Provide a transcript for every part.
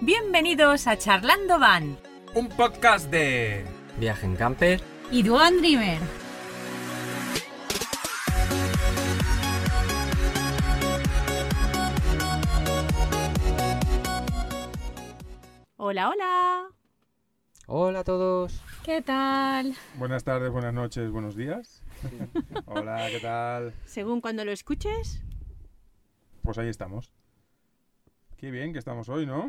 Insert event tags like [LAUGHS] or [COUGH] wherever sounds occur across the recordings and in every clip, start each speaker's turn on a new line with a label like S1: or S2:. S1: Bienvenidos a Charlando Van.
S2: Un podcast de...
S3: Viaje en camper.
S1: Y Duan Dreamer. Hola, hola.
S3: Hola a todos.
S1: ¿Qué tal?
S2: Buenas tardes, buenas noches, buenos días. [LAUGHS] Hola, ¿qué tal?
S1: Según cuando lo escuches.
S2: Pues ahí estamos. Qué bien que estamos hoy, ¿no?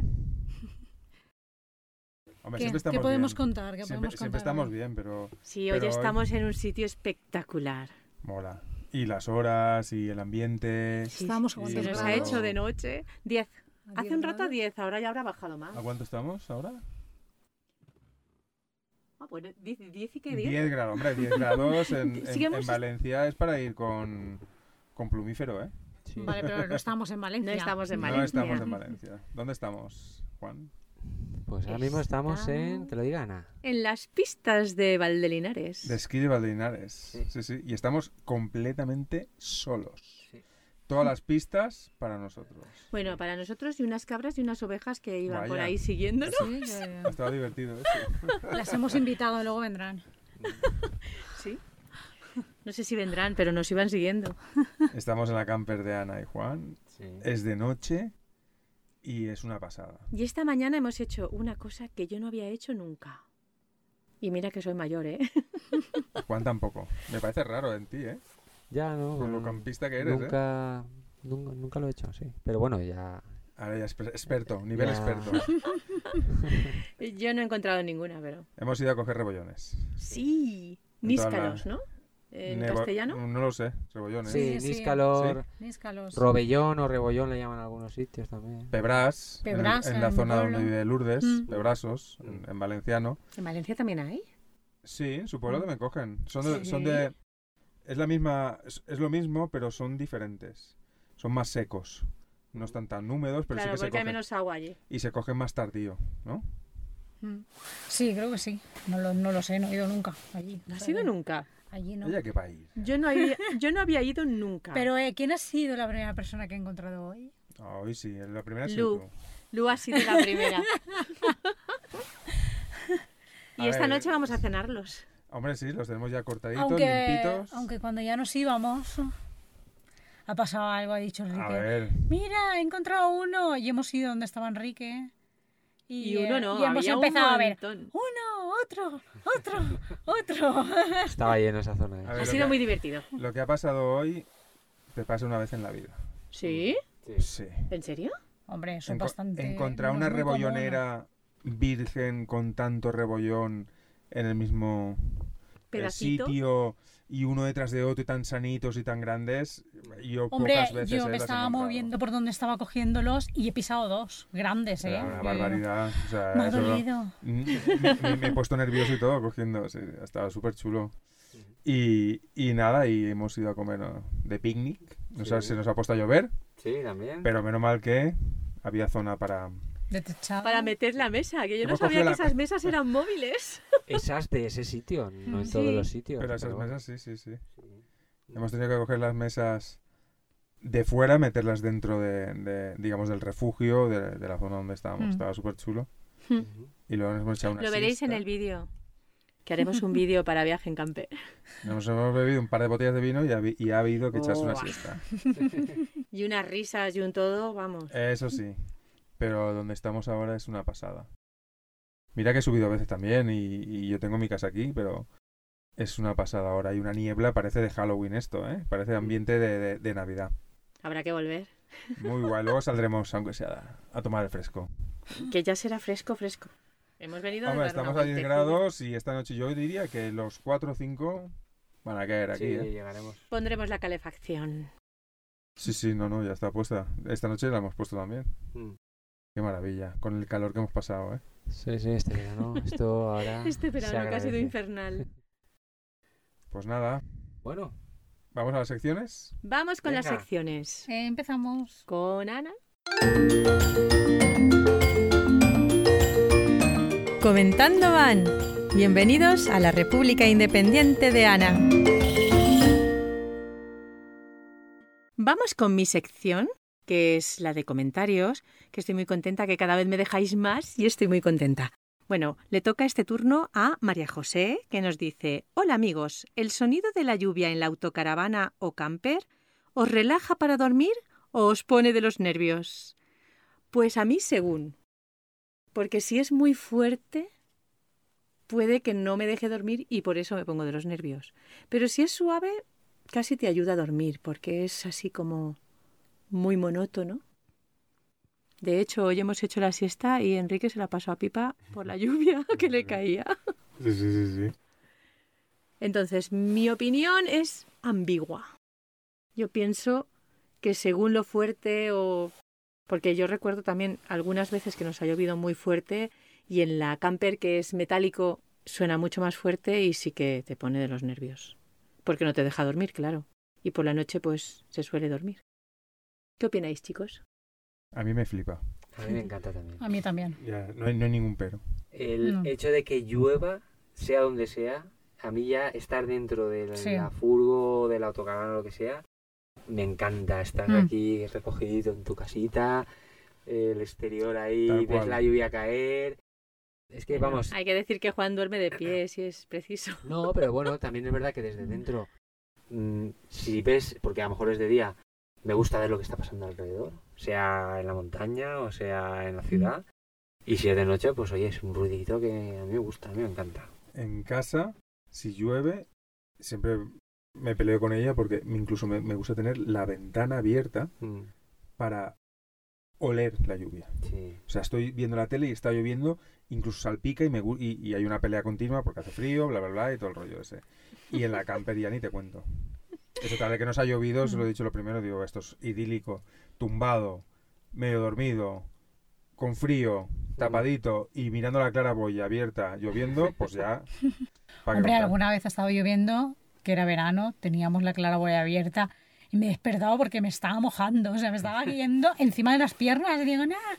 S2: Hombre,
S4: ¿Qué,
S2: siempre
S4: qué
S2: estamos
S4: podemos
S2: bien.
S4: contar? ¿Qué
S2: Siempre,
S4: podemos contar?
S2: siempre estamos bien, pero
S1: Sí,
S2: Pero
S1: hoy
S2: hoy-
S1: estamos en un sitio espectacular.
S2: mola. Y las horas, y el ambiente...
S4: Estábamos
S2: Sí,
S4: a cuántos
S1: Se nos
S2: pero-
S1: ha
S4: grados?
S1: hecho de noche 10.
S4: ¿A
S1: Hace un rato
S4: grados?
S1: 10, ahora ya habrá bajado más.
S2: ¿A cuánto estamos ahora?
S1: Ah, bueno, 10 y que 10.
S2: 10 grados, hombre, 10
S4: [LAUGHS]
S2: grados en, en-
S1: Sigamos-
S2: en Valencia es para ir con, con plumífero, ¿eh?
S4: Vale, pero
S2: [LAUGHS]
S4: no estamos en Valencia.
S1: No estamos en
S2: No
S1: Valencia.
S2: estamos en Valencia. ¿Dónde estamos, Juan?
S3: Pues ahora mismo estamos en...
S1: Estamos-
S3: Te lo diga Ana.
S1: En las pistas de Valdelinares.
S2: De esquí de Valdeinares. Sí, sí. Y estamos completamente solos.
S3: Sí.
S2: Todas las pistas para nosotros.
S1: Bueno, para nosotros y unas cabras y unas ovejas que iban por
S2: Vaya.
S1: ahí siguiéndonos.
S4: Sí, que-
S2: Ha estado divertido ¿eh? eso.
S4: las hemos invitado, luego vendrán.
S1: Sí. No sé si vendrán, pero nos iban siguiendo.
S2: Estamos en la camper de Ana y Juan.
S3: Sí.
S2: Es de noche y es una pasada.
S1: Y esta mañana hemos hecho una cosa que yo no había hecho nunca. Y mira que soy mayor, ¿eh?
S2: Juan tampoco. Me parece raro en ti, ¿eh?
S3: Ya, ¿no?
S2: Con lo
S3: no,
S2: campista que eres, ¿eh?
S3: Mm, nunca, nunca... Nunca lo he hecho, sí. Pero bueno, ya...
S2: Ahora ya exper- experto, nivel
S3: Ya.
S2: experto.
S1: [LAUGHS] Yo no he encontrado ninguna, pero.
S2: Hemos ido a coger rebollones.
S1: Sí.
S2: En
S1: Níscalos,
S2: toda
S1: ¿no? En
S2: Nebo- Mm,
S1: castellano.
S2: No lo sé, rebollones.
S3: Sí,
S4: Sí, sí.
S3: Níscalor,
S4: Níscalos.
S3: Robellón o Rebollón le llaman en algunos sitios también.
S2: Pebrás, en el-
S4: Pebrás,
S2: en, la
S4: en
S2: zona
S4: Pueblo.
S2: donde vive Lourdes,
S4: Mm.
S2: Pebrasos, en- en valenciano.
S1: En Valencia también hay.
S2: Sí, en su pueblo también cogen. Son de, son
S1: Sí.
S2: de- es la misma, es, es lo mismo, pero son diferentes. Son más secos. No están tan húmedos, pero
S1: claro,
S2: sí que se
S1: porque hay
S2: cogen.
S1: menos agua allí.
S2: Y se cogen más tardío, ¿no?
S4: Mm. Sí, creo que sí. No lo, no lo sé, no he ido nunca allí.
S1: No
S4: O
S1: has
S4: sea,
S1: ido nunca.
S4: Allí no.
S2: Ella que va a ir.
S1: Yo no [LAUGHS] había, yo no había ido nunca.
S4: Pero, eh, ¿quién ha sido la primera persona que he encontrado hoy?
S2: Ah, Hoy sí, la primera es
S1: Lu.
S2: tú.
S1: Lu ha sido la
S2: [LAUGHS]
S1: primera. y
S2: A
S1: esta
S2: ver.
S1: noche vamos a cenarlos.
S2: Hombre, sí, los tenemos ya cortaditos,
S4: Aunque,
S2: limpitos.
S4: aunque cuando ya nos íbamos, ha pasado algo, ha dicho Enrique.
S2: A ver,
S4: Mira, he encontrado uno. Y hemos ido donde estaba Enrique.
S1: Y,
S4: eh,
S1: uno no,
S4: y hemos
S1: había
S4: empezado
S1: un
S4: a ver.
S1: montón.
S4: Uno, otro,
S1: [LAUGHS]
S4: otro, otro.
S2: [LAUGHS]
S3: Estaba lleno esa zona. ¿eh?
S2: A ver.
S1: Ha
S2: lo
S1: sido
S2: que-
S1: muy divertido.
S2: lo que ha pasado hoy te pasa una vez en la vida.
S1: ¿Sí?
S2: Sí.
S1: ¿En serio?
S4: Hombre, son
S2: Enco-
S4: bastante.
S2: encontrar
S4: no es
S2: una
S4: muy común, ¿no?
S2: rebollonera virgen con tanto rebollón en el mismo eh,
S1: Pedacito.
S2: sitio y uno detrás de otro y tan sanitos y tan grandes, yo
S4: Hombre,
S2: pocas veces
S4: yo
S2: eh,
S4: me
S2: las he
S4: estaba
S2: encontrado.
S4: moviendo por donde estaba cogiéndolos y he pisado dos grandes, ¿eh?
S2: Era una
S4: Porque
S2: barbaridad. o sea,
S4: Me ha
S2: eso-
S4: dolido.
S2: Mm, [LAUGHS] me, me- me he puesto nervioso y todo cogiendo. sí, estaba súper chulo. Y, y nada, y hemos ido a comer ¿no? de picnic. Nos ha-
S3: Sí.
S2: se nos ha puesto a llover,
S3: Sí, también.
S2: pero menos mal que había zona para...
S4: De techado.
S1: Para meter la mesa, que yo no
S2: Hemos
S1: sabía
S2: cogido
S1: que
S2: la-
S1: esas mesas eran móviles.
S3: Esas de ese sitio, no en
S4: Sí.
S3: todos los sitios.
S2: Pero esas
S3: bueno.
S2: mesas, sí, sí, sí.
S3: Sí.
S2: Hemos tenido que coger las mesas de fuera, meterlas dentro de, de, digamos, del refugio, de, de la zona donde estábamos.
S4: Mm.
S2: Estaba súper chulo.
S3: Ujú.
S2: Y luego nos hemos echado una
S1: Hmm. Lo veréis en
S2: siesta.
S1: el vídeo. Que haremos un vídeo para viaje en camper.
S2: Nos hemos bebido un par de botellas de vino y ha, habi- y ha habido que echarse una
S1: Buah.
S2: siesta.
S1: Y unas risas y un todo, vamos.
S2: Eso sí. Pero donde estamos ahora es una pasada. Mira que he subido a veces también y, y yo tengo mi casa aquí, pero es una pasada ahora. Hay una niebla, parece de Halloween esto, ¿eh? Parece ambiente de, de- de Navidad.
S1: Habrá que volver.
S2: Muy guay. Luego saldremos, aunque sea, a tomar el fresco.
S1: Que ya será fresco, fresco. Hemos venido
S2: Hombre,
S1: a dar una
S2: estamos a 10
S1: vueltecilla.
S2: grados y esta noche yo diría que los 4 o 5 van a caer aquí,
S3: Sí,
S2: ¿eh?
S3: llegaremos.
S1: Pondremos la calefacción.
S2: Sí, sí, no, no, ya está puesta. Esta noche la hemos puesto también.
S3: Mm.
S2: Qué maravilla, con el calor que hemos pasado, ¿eh?
S3: Sí, sí, este verano. Esto ahora.
S1: Este
S3: se
S1: verano que ha sido
S3: agradece.
S1: infernal.
S2: Pues nada,
S3: Bueno,
S2: vamos a las secciones.
S1: Vamos con las
S3: Venga.
S1: secciones.
S4: Eh, empezamos.
S1: Con Ana.
S5: Comentando van. Bienvenidos a la República Independiente de Ana.
S1: Vamos con mi sección, que es la de comentarios, que estoy muy contenta, que cada vez me dejáis más y estoy muy contenta. Bueno, le toca este turno a María José, que nos dice, Hola amigos, ¿el sonido de la lluvia en la autocaravana o camper os relaja para dormir o os pone de los nervios? Pues a mí según. Porque si es muy fuerte, puede que no me deje dormir y por eso me pongo de los nervios. Pero si es suave, casi te ayuda a dormir, porque es así como muy monótono. De hecho, hoy hemos hecho la siesta y Enrique se la pasó a pipa por la lluvia [LAUGHS] que le caía.
S2: Sí, sí, sí, sí.
S1: Entonces, mi opinión es ambigua. Yo pienso que según lo fuerte o... Porque yo recuerdo también algunas veces que nos ha llovido muy fuerte y en la camper que es metálico suena mucho más fuerte y sí que te pone de los nervios. Porque no te deja dormir, claro. Y por la noche pues se suele dormir. ¿Qué opináis, chicos?
S2: A mí me flipa.
S3: A mí me encanta también.
S4: A mí también.
S2: Ya, no, hay, no hay ningún pero.
S3: El
S4: No.
S3: hecho de que llueva, sea donde sea, a mí ya estar dentro de la,
S4: Sí.
S3: la furgo, de la autocaravana o lo que sea, me encanta estar
S4: Mm.
S3: aquí recogido en tu casita, el exterior
S2: Tal
S3: ahí, ves
S2: cual.
S3: la lluvia caer. Es que Eh, vamos,
S1: Hay que decir que Juan duerme de pie si es preciso.
S3: no, pero bueno, también es verdad que desde dentro, mm, si ves, porque a lo mejor es de día, me gusta ver lo que está pasando alrededor, sea en la montaña o sea
S4: Mm.
S3: en la ciudad. Y si es de noche, pues oye, es un ruidito que a mí me gusta, a mí me encanta.
S2: En casa, si llueve, siempre me peleo con ella porque me- incluso me, me gusta tener la ventana abierta
S3: Mm.
S2: para oler la lluvia.
S3: Sí,
S2: O sea, estoy viendo la tele y está lloviendo, incluso salpica y, me, gu- y, y hay una pelea continua porque hace frío, bla, bla, bla, y todo el rollo ese. Y en la camper ya ni te cuento. Eso tal vez que nos ha llovido, se lo he dicho lo primero, digo, esto es idílico, tumbado, medio dormido, con frío, tapadito y mirando la claraboya abierta, lloviendo, pues ya... pa' que
S4: Hombre,
S2: contar.
S4: alguna vez ha estado lloviendo, que era verano, teníamos la claraboya abierta y me he despertado porque me estaba mojando, o sea, me
S2: [LAUGHS]
S4: estaba cayendo encima de las piernas y digo, nada.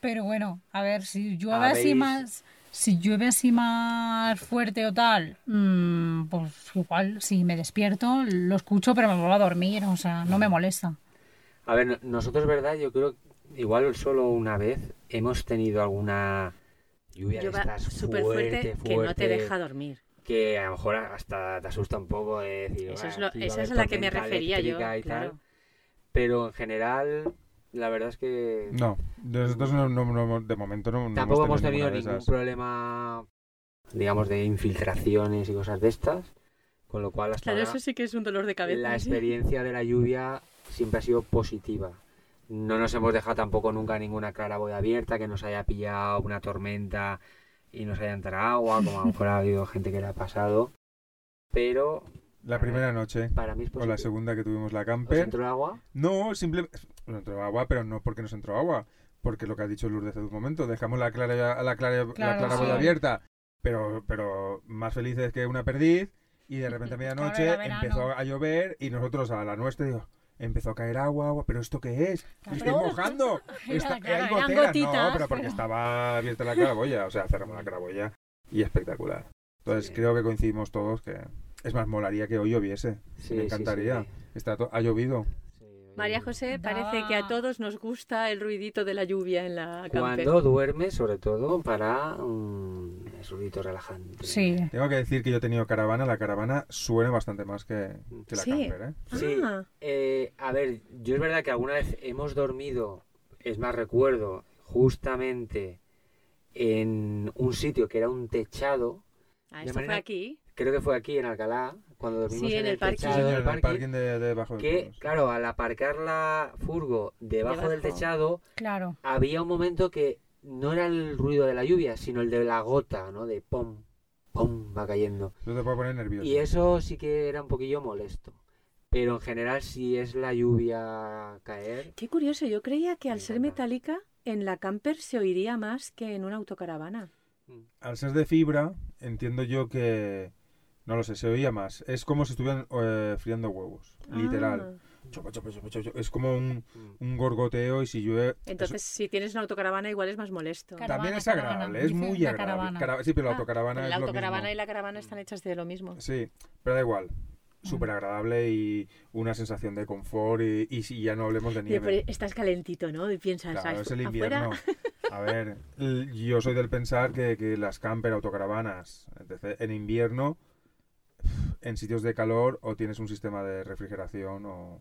S4: Pero bueno, a ver, si llueve así
S3: Habéis-
S4: más, si llueve así más fuerte o tal, mm, pues igual si me despierto lo escucho, pero me vuelvo a dormir, o sea, no me molesta.
S3: A ver, no- nosotros, ¿verdad? Yo creo, igual solo una vez hemos tenido alguna lluvia de
S1: Llueva
S3: estas
S1: súper fuerte, que no te deja dormir.
S3: que a lo mejor hasta te asusta un poco de decir, "Ah,
S1: Eso
S3: "Buah,
S1: es lo-
S3: aquí va
S1: esa
S3: haber
S1: es a la que me
S3: tormenta
S1: refería yo.
S3: eléctrica y tal".
S1: claro.
S3: Pero en general, la verdad es que
S2: No, nosotros no, no- no hemos- de momento no, no
S3: tampoco hemos tenido
S2: ninguna de
S3: ningún
S2: esas.
S3: problema, digamos, de infiltraciones y cosas de estas. Con lo cual, hasta
S1: Claro,
S3: ahora-
S1: eso sí que es un dolor de cabeza.
S3: la
S1: sí.
S3: experiencia de la lluvia siempre ha sido positiva. No nos hemos dejado tampoco nunca ninguna claraboya abierta que nos haya pillado una tormenta y nos haya entrado agua, como a lo mejor ha habido [LAUGHS] gente que le ha pasado. Pero
S2: La primera noche,
S3: para mí es
S2: o la
S3: positivo.
S2: segunda que tuvimos la
S3: Pues ¿Os
S2: camper...
S3: entró agua?
S2: No, simplemente. Nos entró agua, pero no porque nos entró agua. Porque lo que ha dicho Lourdes hace un momento, dejamos la clara, la clara, la
S4: Claro,
S2: claraboya
S4: sí.
S2: abierta. Pero, pero más felices que una perdiz. Y de repente a
S4: Claro,
S2: medianoche
S4: era verano.
S2: empezó a llover y nosotros a la nuestra digo, empezó a caer agua, agua, pero ¿esto qué es? Me estoy
S4: Claro.
S2: mojando.
S4: [LAUGHS] Era,
S2: Está-
S4: claro,
S2: hay
S4: eran
S2: goteras. No,
S4: gotitas,
S2: pero porque
S4: pero-
S2: estaba abierta la claraboya. O sea, cerramos la claraboya y espectacular. Entonces
S3: Sí.
S2: creo que coincidimos todos que... Es más, molaría que hoy lloviese.
S3: Sí,
S2: me
S3: sí,
S2: encantaría.
S3: sí,
S2: Está to- ha llovido.
S3: sí. Sí,
S1: María
S2: Mm.
S3: oye,
S1: José,
S4: Daba-
S1: parece que a todos nos gusta el ruidito de la lluvia en la camper.
S3: Cuando duermes, sobre todo, para un ruidito relajante.
S4: Sí,
S2: Tengo que decir que yo he tenido caravana. La caravana suena bastante más que, que la
S1: Sí.
S2: camper, ¿eh?
S3: Sí,
S1: Ah.
S3: Eh, a ver, yo es verdad que alguna vez hemos dormido, es más, recuerdo, justamente en un sitio que era un techado,
S1: Ah,
S3: De
S1: esto
S3: manera-
S1: fue aquí.
S3: creo que fue aquí en Alcalá, cuando dormimos
S1: Sí,
S3: en,
S1: en
S3: el,
S1: el parking.
S2: Sí,
S3: techado
S2: señor,
S3: del
S2: en el
S3: parking,
S2: parking de, debajo del
S3: que claro, al aparcar la furgo debajo, del
S1: Debajo.
S3: techado,
S4: claro.
S3: había un momento que no era el ruido de la lluvia, sino el de la gota, ¿no? De pom, pom, va cayendo.
S2: Yo te puedo poner nervioso.
S3: Y eso sí que era un poquillo molesto. Pero en general, si es la lluvia caer...
S1: Qué curioso, yo creía que al
S3: Me
S1: ser
S3: encanta.
S1: metálica, en la camper se oiría más que en una autocaravana.
S2: Al ser de fibra, entiendo yo que... No lo sé, se oía más. Es como si estuvieran eh, friando huevos. Literal.
S1: Ah,
S2: Chopo, chopo, chopo, chopo, chopo. Es como un,
S3: mm.
S2: un gorgoteo y si llueve...
S1: Entonces, si tienes una autocaravana, igual es más molesto.
S2: eso- También
S4: Caravana,
S2: es agradable,
S4: caravana.
S2: es
S4: Dice
S2: muy
S4: la
S2: agradable.
S4: caravana.
S2: Cara- Sí, pero la
S1: Ah,
S2: autocaravana
S1: Porque
S2: es
S1: la
S2: lo mismo.
S1: autocaravana y la caravana están hechas de lo mismo.
S2: Sí, pero da igual. súper agradable y una sensación de confort y, y si ya no hablemos de
S1: Pero, pero
S2: nieve.
S1: estás calentito, ¿no? Y piensas,
S2: Claro,
S1: "Ah,
S2: es
S1: afuera".
S2: el invierno. A ver, l- yo soy del pensar que, que las camper, autocaravanas, etc., en invierno, en sitios de calor, o tienes un sistema de refrigeración o,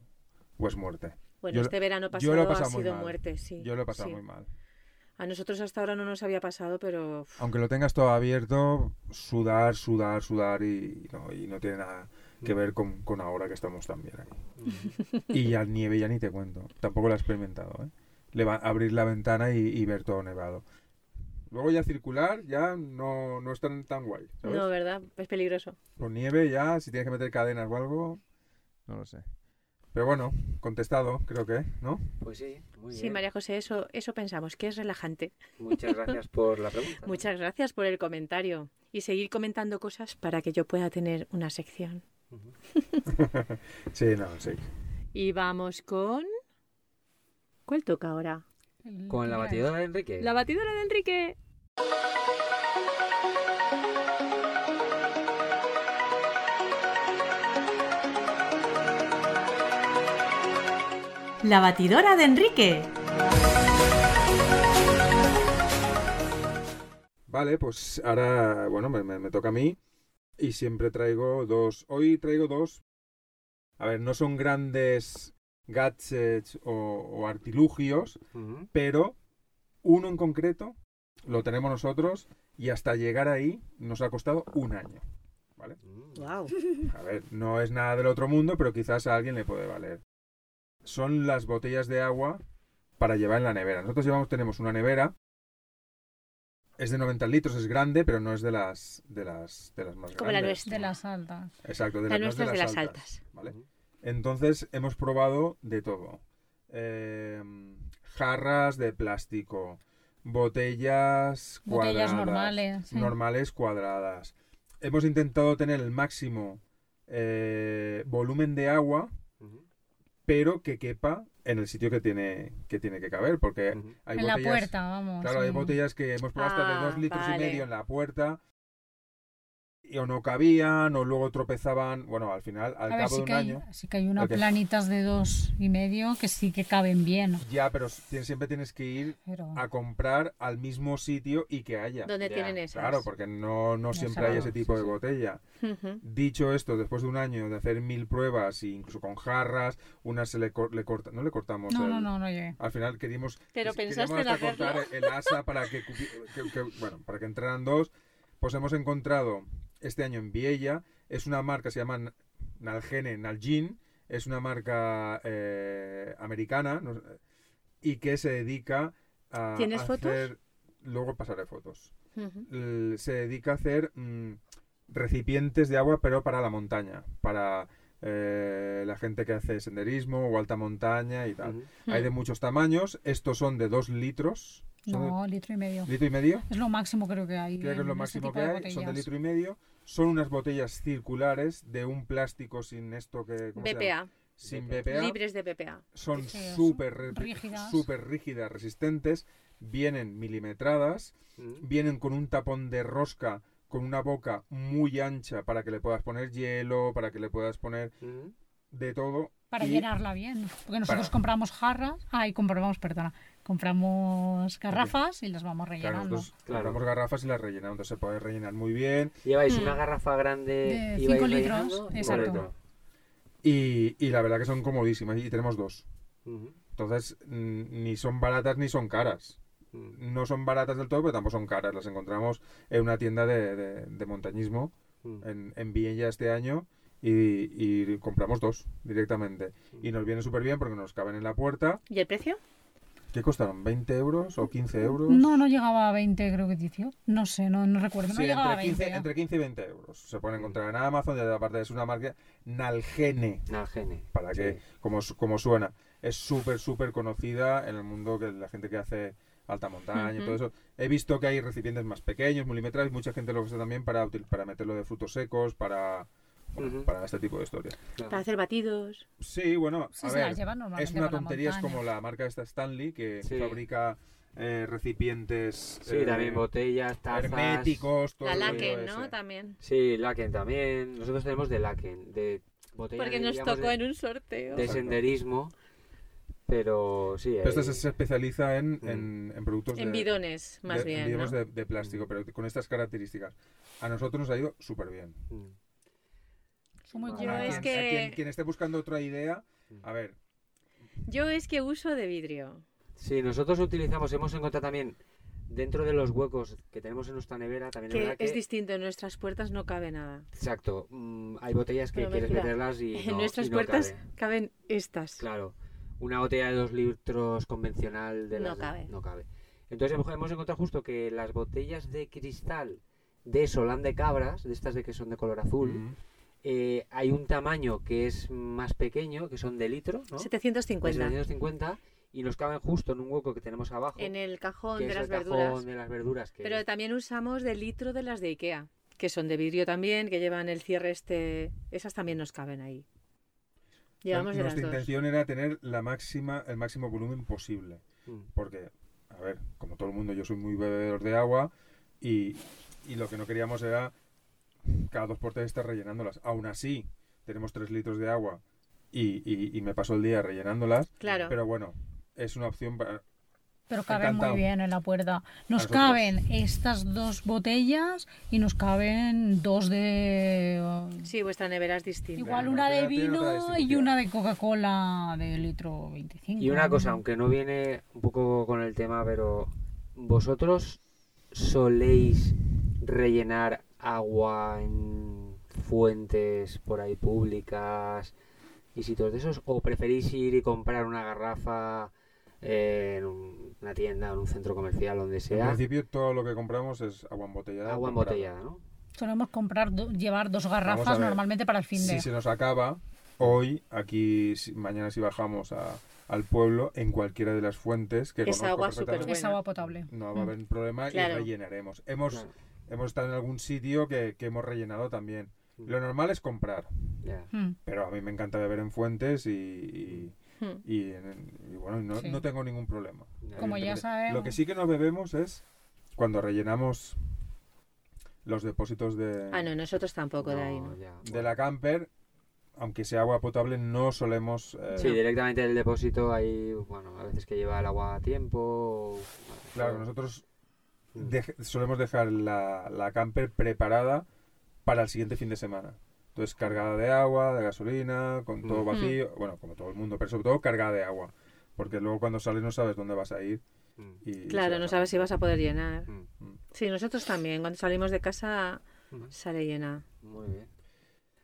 S2: o es muerte.
S1: Bueno,
S2: Yo-
S1: este verano
S2: yo
S1: pasado
S2: lo he
S1: ha
S2: pasado muy
S1: sido
S2: mal.
S1: muerte, sí.
S2: Yo lo he pasado
S1: sí.
S2: muy mal.
S1: A nosotros hasta ahora no nos había pasado, pero uf,
S2: Aunque lo tengas todo abierto, sudar, sudar, sudar y no, y no tiene nada que ver con, con ahora que estamos también ahí. Y ya nieve ya ni te cuento. Tampoco la he experimentado, ¿eh? Le va abrir la ventana y, y ver todo nevado. Luego ya circular ya no, no es tan, tan guay, ¿sabes?
S1: no, ¿verdad? Es peligroso.
S2: Con nieve ya, si tienes que meter cadenas o algo, no lo sé. Pero bueno, contestado, creo que, ¿no?
S3: Pues sí, muy bien.
S1: Sí, María José, eso, eso pensamos, que es relajante.
S3: Muchas gracias por la pregunta.
S1: Muchas gracias por el comentario y seguir comentando cosas para que yo pueda tener una sección.
S3: Ujú.
S2: Sí, no, sí.
S1: Y vamos con... ¿Cuál toca ahora?
S4: El-
S3: Con la
S4: mira,
S3: batidora de Enrique.
S1: La batidora de Enrique.
S5: La batidora de Enrique.
S2: Vale, pues ahora, bueno, me, me- me toca a mí. Y siempre traigo dos. Hoy traigo dos. A ver, no son grandes gadgets o, o artilugios,
S3: Ujú.
S2: pero uno en concreto lo tenemos nosotros y hasta llegar ahí nos ha costado un año.
S3: Mm.
S1: Wow.
S2: A ver, no es nada del otro mundo, pero quizás a alguien le puede valer. Son las botellas de agua para llevar en la nevera. Nosotros llevamos, tenemos una nevera. Es de 90 litros, es grande, pero no es de las, de las, de las más
S1: Como la
S2: grandes.
S1: nuestra.
S4: De las altas.
S2: Exacto,
S1: La
S2: de, las- no es
S1: nuestra es de las
S2: altas.
S1: altas.
S2: ¿vale?
S3: Ujú.
S2: Entonces hemos probado de todo. Eh, jarras de plástico, botellas cuadradas.
S4: Botellas normales. sí.
S2: normales cuadradas. Hemos intentado tener el máximo eh, volumen de agua,
S3: Ujú.
S2: pero que quepa en el sitio que tiene que, tiene que caber, porque
S3: Ujú.
S2: hay
S4: en la
S2: botellas...
S4: puerta, vamos.
S2: Claro, hay
S4: sí.
S2: botellas que hemos probado hasta
S1: Ah,
S2: de dos litros
S1: vale.
S2: y medio en la puerta. Y o no cabían, o luego tropezaban. Bueno, al final, al
S4: A ver,
S2: cabo de
S4: sí
S2: un
S4: que, hay,
S2: año.
S4: sí que hay unas
S2: Ok.
S4: planitas de dos y medio que sí que caben bien.
S2: Ya, pero tien- siempre tienes que ir
S4: Pero
S2: a comprar al mismo sitio y que haya.
S1: ¿Dónde
S3: Ya,
S1: tienen esas?
S2: Claro, porque no, no siempre hay
S4: sabemos,
S2: ese tipo
S3: sí,
S2: de
S3: sí.
S2: botella.
S1: Ujú.
S2: Dicho esto, después de un año de hacer mil pruebas, e incluso con jarras, una se le, cor- le corta, no le cortamos.
S4: no,
S2: el-
S4: no, no, no llegué.
S2: Al final queríamos,
S1: Pero
S2: quis- queríamos
S1: pensaste en
S2: hasta
S1: hacerlo.
S2: cortar el asa para que, cupi- que- que- bueno, para que entraran dos. Pues hemos encontrado este año en Viella, es una marca, se llama N- Nalgene, Nalgene, es una marca eh, americana no- y que se dedica a
S1: ¿Tienes fotos?
S2: hacer- Luego pasaré fotos
S1: Ujú.
S2: l- se dedica a hacer mm, recipientes de agua, pero para la montaña, para eh, la gente que hace senderismo o alta montaña y tal.
S3: Ujú.
S2: Hay
S4: Hmm.
S2: de muchos tamaños, estos son de 2 litros, son de
S4: No, litro y medio.
S2: litro y medio,
S4: Es lo máximo creo que hay.
S2: creo que es
S4: en
S2: lo
S4: ese
S2: máximo
S4: tipo
S2: que
S4: de
S2: hay, son de
S4: botellas.
S2: litro y medio. Son unas botellas circulares de un plástico sin esto que... ¿cómo se llama?
S1: BPA,
S2: Sin
S3: BPA.
S2: BPA.
S1: libres de BPA.
S2: Son
S4: Sí, son
S2: súper re-
S4: rígidas.
S2: súper rígidas, resistentes, vienen milimetradas,
S3: Ujú.
S2: vienen con un tapón de rosca con una boca muy ancha para que le puedas poner hielo, para que le puedas poner
S3: Ujú.
S2: de todo.
S4: Para
S2: y-
S4: llenarla bien. Porque nosotros
S2: Para-
S4: compramos jarras. Ay, compramos, perdona. Compramos garrafas y las vamos
S2: Claro,
S4: rellenando.
S2: nosotros
S3: Claro.
S2: compramos garrafas y las rellenamos, entonces se puede rellenar muy bien.
S3: Lleváis
S1: Mm.
S3: una garrafa grande
S4: De
S3: y vais
S4: cinco litros,
S3: rellenando y-
S4: exacto.
S3: Correcto.
S2: Y, y la verdad que son comodísimas y tenemos dos.
S3: Ujú.
S2: Entonces, mm, ni son baratas ni son caras.
S3: Ujú.
S2: No son baratas del todo, pero tampoco son caras. Las encontramos en una tienda de, de- de montañismo
S3: Ujú.
S2: en, en Viella este año y, y compramos dos directamente. Y nos viene súper bien porque nos caben en la puerta
S1: ¿Y el precio?
S2: ¿Qué costaron? ¿20 euros o 15 euros?
S4: Mm, No, no llegaba a 20, creo que 18. No sé, no, no recuerdo. No
S2: Sí,
S4: llegaba a ¿eh?
S2: entre
S4: 20.
S2: 15,
S4: ya.
S2: entre 15 y 20 euros. Se pueden encontrar en Amazon y aparte es una marca Nalgene,
S3: Nalgene.
S2: para
S3: Sí.
S2: que, como, su- como suena, es súper, súper conocida en el mundo que la gente que hace alta montaña y
S1: Ujú.
S2: todo eso. He visto que hay recipientes más pequeños, milimetrales, mucha gente lo usa también para, util- para meterlo de frutos secos, para, bueno,
S3: Ujú.
S2: para este tipo de historias.
S3: Claro.
S1: Para hacer batidos.
S2: Sí, bueno,
S4: Sí,
S2: a
S4: se
S2: ver,
S4: las llevan normalmente
S2: es una
S4: por la
S2: tontería, es
S4: montaña.
S2: como la marca esta Stanley que
S3: Sí.
S2: fabrica eh, recipientes...
S3: Sí,
S2: eh,
S3: también botellas, tazas.
S2: herméticos, todo
S3: Pues
S1: La
S2: el rollo
S1: laque,
S2: ese.
S1: ¿no? También.
S3: Sí, Laken también. Nosotros tenemos de Laken, de botella
S6: Porque
S3: de,
S6: nos
S3: digamos,
S6: tocó
S3: de-
S6: en un sorteo.
S3: de
S2: Exacto.
S3: senderismo. Pero sí.
S2: Pero esto
S3: eh,
S2: se, se especializa en,
S3: Mm.
S2: en- en productos
S6: En
S2: de,
S6: bidones, más
S2: de- en
S6: bien.
S2: bidones
S6: ¿no?
S2: de, de plástico, pero con estas características. A nosotros nos ha ido súper bien.
S3: mm.
S4: Son muy
S3: Yo
S4: cómodas.
S6: es
S2: quien,
S6: que-
S2: quien- quien esté buscando otra idea,
S3: mm.
S2: a ver,
S6: Yo es que uso de vidrio.
S3: Sí, nosotros utilizamos, hemos encontrado también dentro de los huecos que tenemos en nuestra nevera, también es
S6: Que
S3: verdad
S6: es
S3: que...
S6: distinto, en nuestras puertas no cabe nada.
S3: Exacto, mm, hay botellas que
S6: Pero
S3: quieres
S6: mezcla.
S3: meterlas y
S6: [LAUGHS] en
S3: no-
S6: nuestras
S3: y no
S6: puertas
S3: cabe.
S6: caben estas.
S3: Claro, una botella de dos litros convencional de
S6: No
S3: las-
S6: cabe.
S3: No cabe. Entonces hemos- hemos encontrado justo que las botellas de cristal de Solán de Cabras, de estas de que son de color azul,
S2: mm,
S3: eh, hay un tamaño que es más pequeño, que son de litro, ¿no? Pues
S6: 750.
S3: 750, y nos caben justo en un hueco que tenemos abajo.
S6: En el
S3: que
S6: cajón de
S3: es
S6: las
S3: el cajón
S6: verduras.
S3: de las verduras. que-
S6: Pero también usamos de litro de las de Ikea, que son de vidrio también, que llevan el cierre este. Esas también nos caben ahí. Llevamos de las
S2: nuestra
S6: dos.
S2: intención era tener la máxima, el máximo volumen posible.
S3: Mm.
S2: Porque, a ver, como todo el mundo, yo soy muy bebedor de agua y, y lo que no queríamos era cada dos por tres estar rellenándolas. Aún así, tenemos tres litros de agua y, y- y me paso el día rellenándolas.
S6: Claro.
S2: Pero bueno, es una opción para...
S4: Pero caben muy
S2: Encantado.
S4: bien en la puerta. Nos
S2: Nosotros.
S4: caben estas dos botellas y nos caben dos de...
S6: Sí, vuestra nevera es distinta.
S4: Igual
S2: Claro,
S4: una
S2: cada
S4: de
S2: tiene otra
S4: vino y
S2: distribución.
S4: una de Coca-Cola de litro 25.
S3: Y una cosa, aunque no viene un poco con el tema, pero vosotros soléis rellenar agua en fuentes por ahí públicas y sitios de esos, o preferís ir y comprar una garrafa eh, en un- una tienda, en un centro comercial, donde
S2: En
S3: sea,
S2: principio, todo lo que compramos es agua embotellada.
S3: agua
S2: comprada.
S3: embotellada, ¿no?
S4: Solemos comprar, do- llevar dos
S2: a
S4: garrafas
S2: ver.
S4: normalmente para el fin de...
S2: Si se nos acaba hoy, aquí, si- mañana si bajamos a- al pueblo, en cualquiera de las fuentes que
S6: Esa
S2: conozco
S6: agua
S2: perfectamente,
S4: Es
S6: Bueno.
S4: agua potable.
S2: no va a
S4: Mm.
S2: haber problema
S6: Claro.
S2: y rellenaremos. Hemos,
S3: Claro,
S2: hemos estado en algún sitio que, que hemos rellenado también. Lo normal es comprar,
S3: ya.
S4: Mm.
S2: pero a mí me encanta beber en fuentes y, y,
S6: Hmm.
S2: y en- y bueno, no,
S4: Sí.
S2: no tengo ningún problema.
S4: Como ya
S2: Evidentemente.
S4: sabemos.
S2: Lo que sí que no bebemos es cuando rellenamos los depósitos de,
S6: Ah, no, nosotros tampoco de ahí.
S3: No,
S6: ¿no?
S3: ya,
S2: de la camper, aunque sea agua potable, no solemos... eh,
S3: Sí, directamente del depósito hay, bueno, a veces que lleva el agua a tiempo. o-
S2: Claro,
S3: o-
S2: nosotros
S3: Mm.
S2: dej- solemos dejar la, la camper preparada para el siguiente fin de semana. Entonces, cargada de agua, de gasolina, con todo
S3: Mm.
S2: vacío, bueno, como todo el mundo, pero sobre todo cargada de agua. Porque luego cuando sales no sabes dónde vas a ir.
S3: Mm,
S2: Y
S6: Claro, no sabes si vas a poder llenar.
S3: mm,
S6: Sí, nosotros también. Cuando salimos de casa
S3: mm.
S6: sale llena.
S3: Muy bien.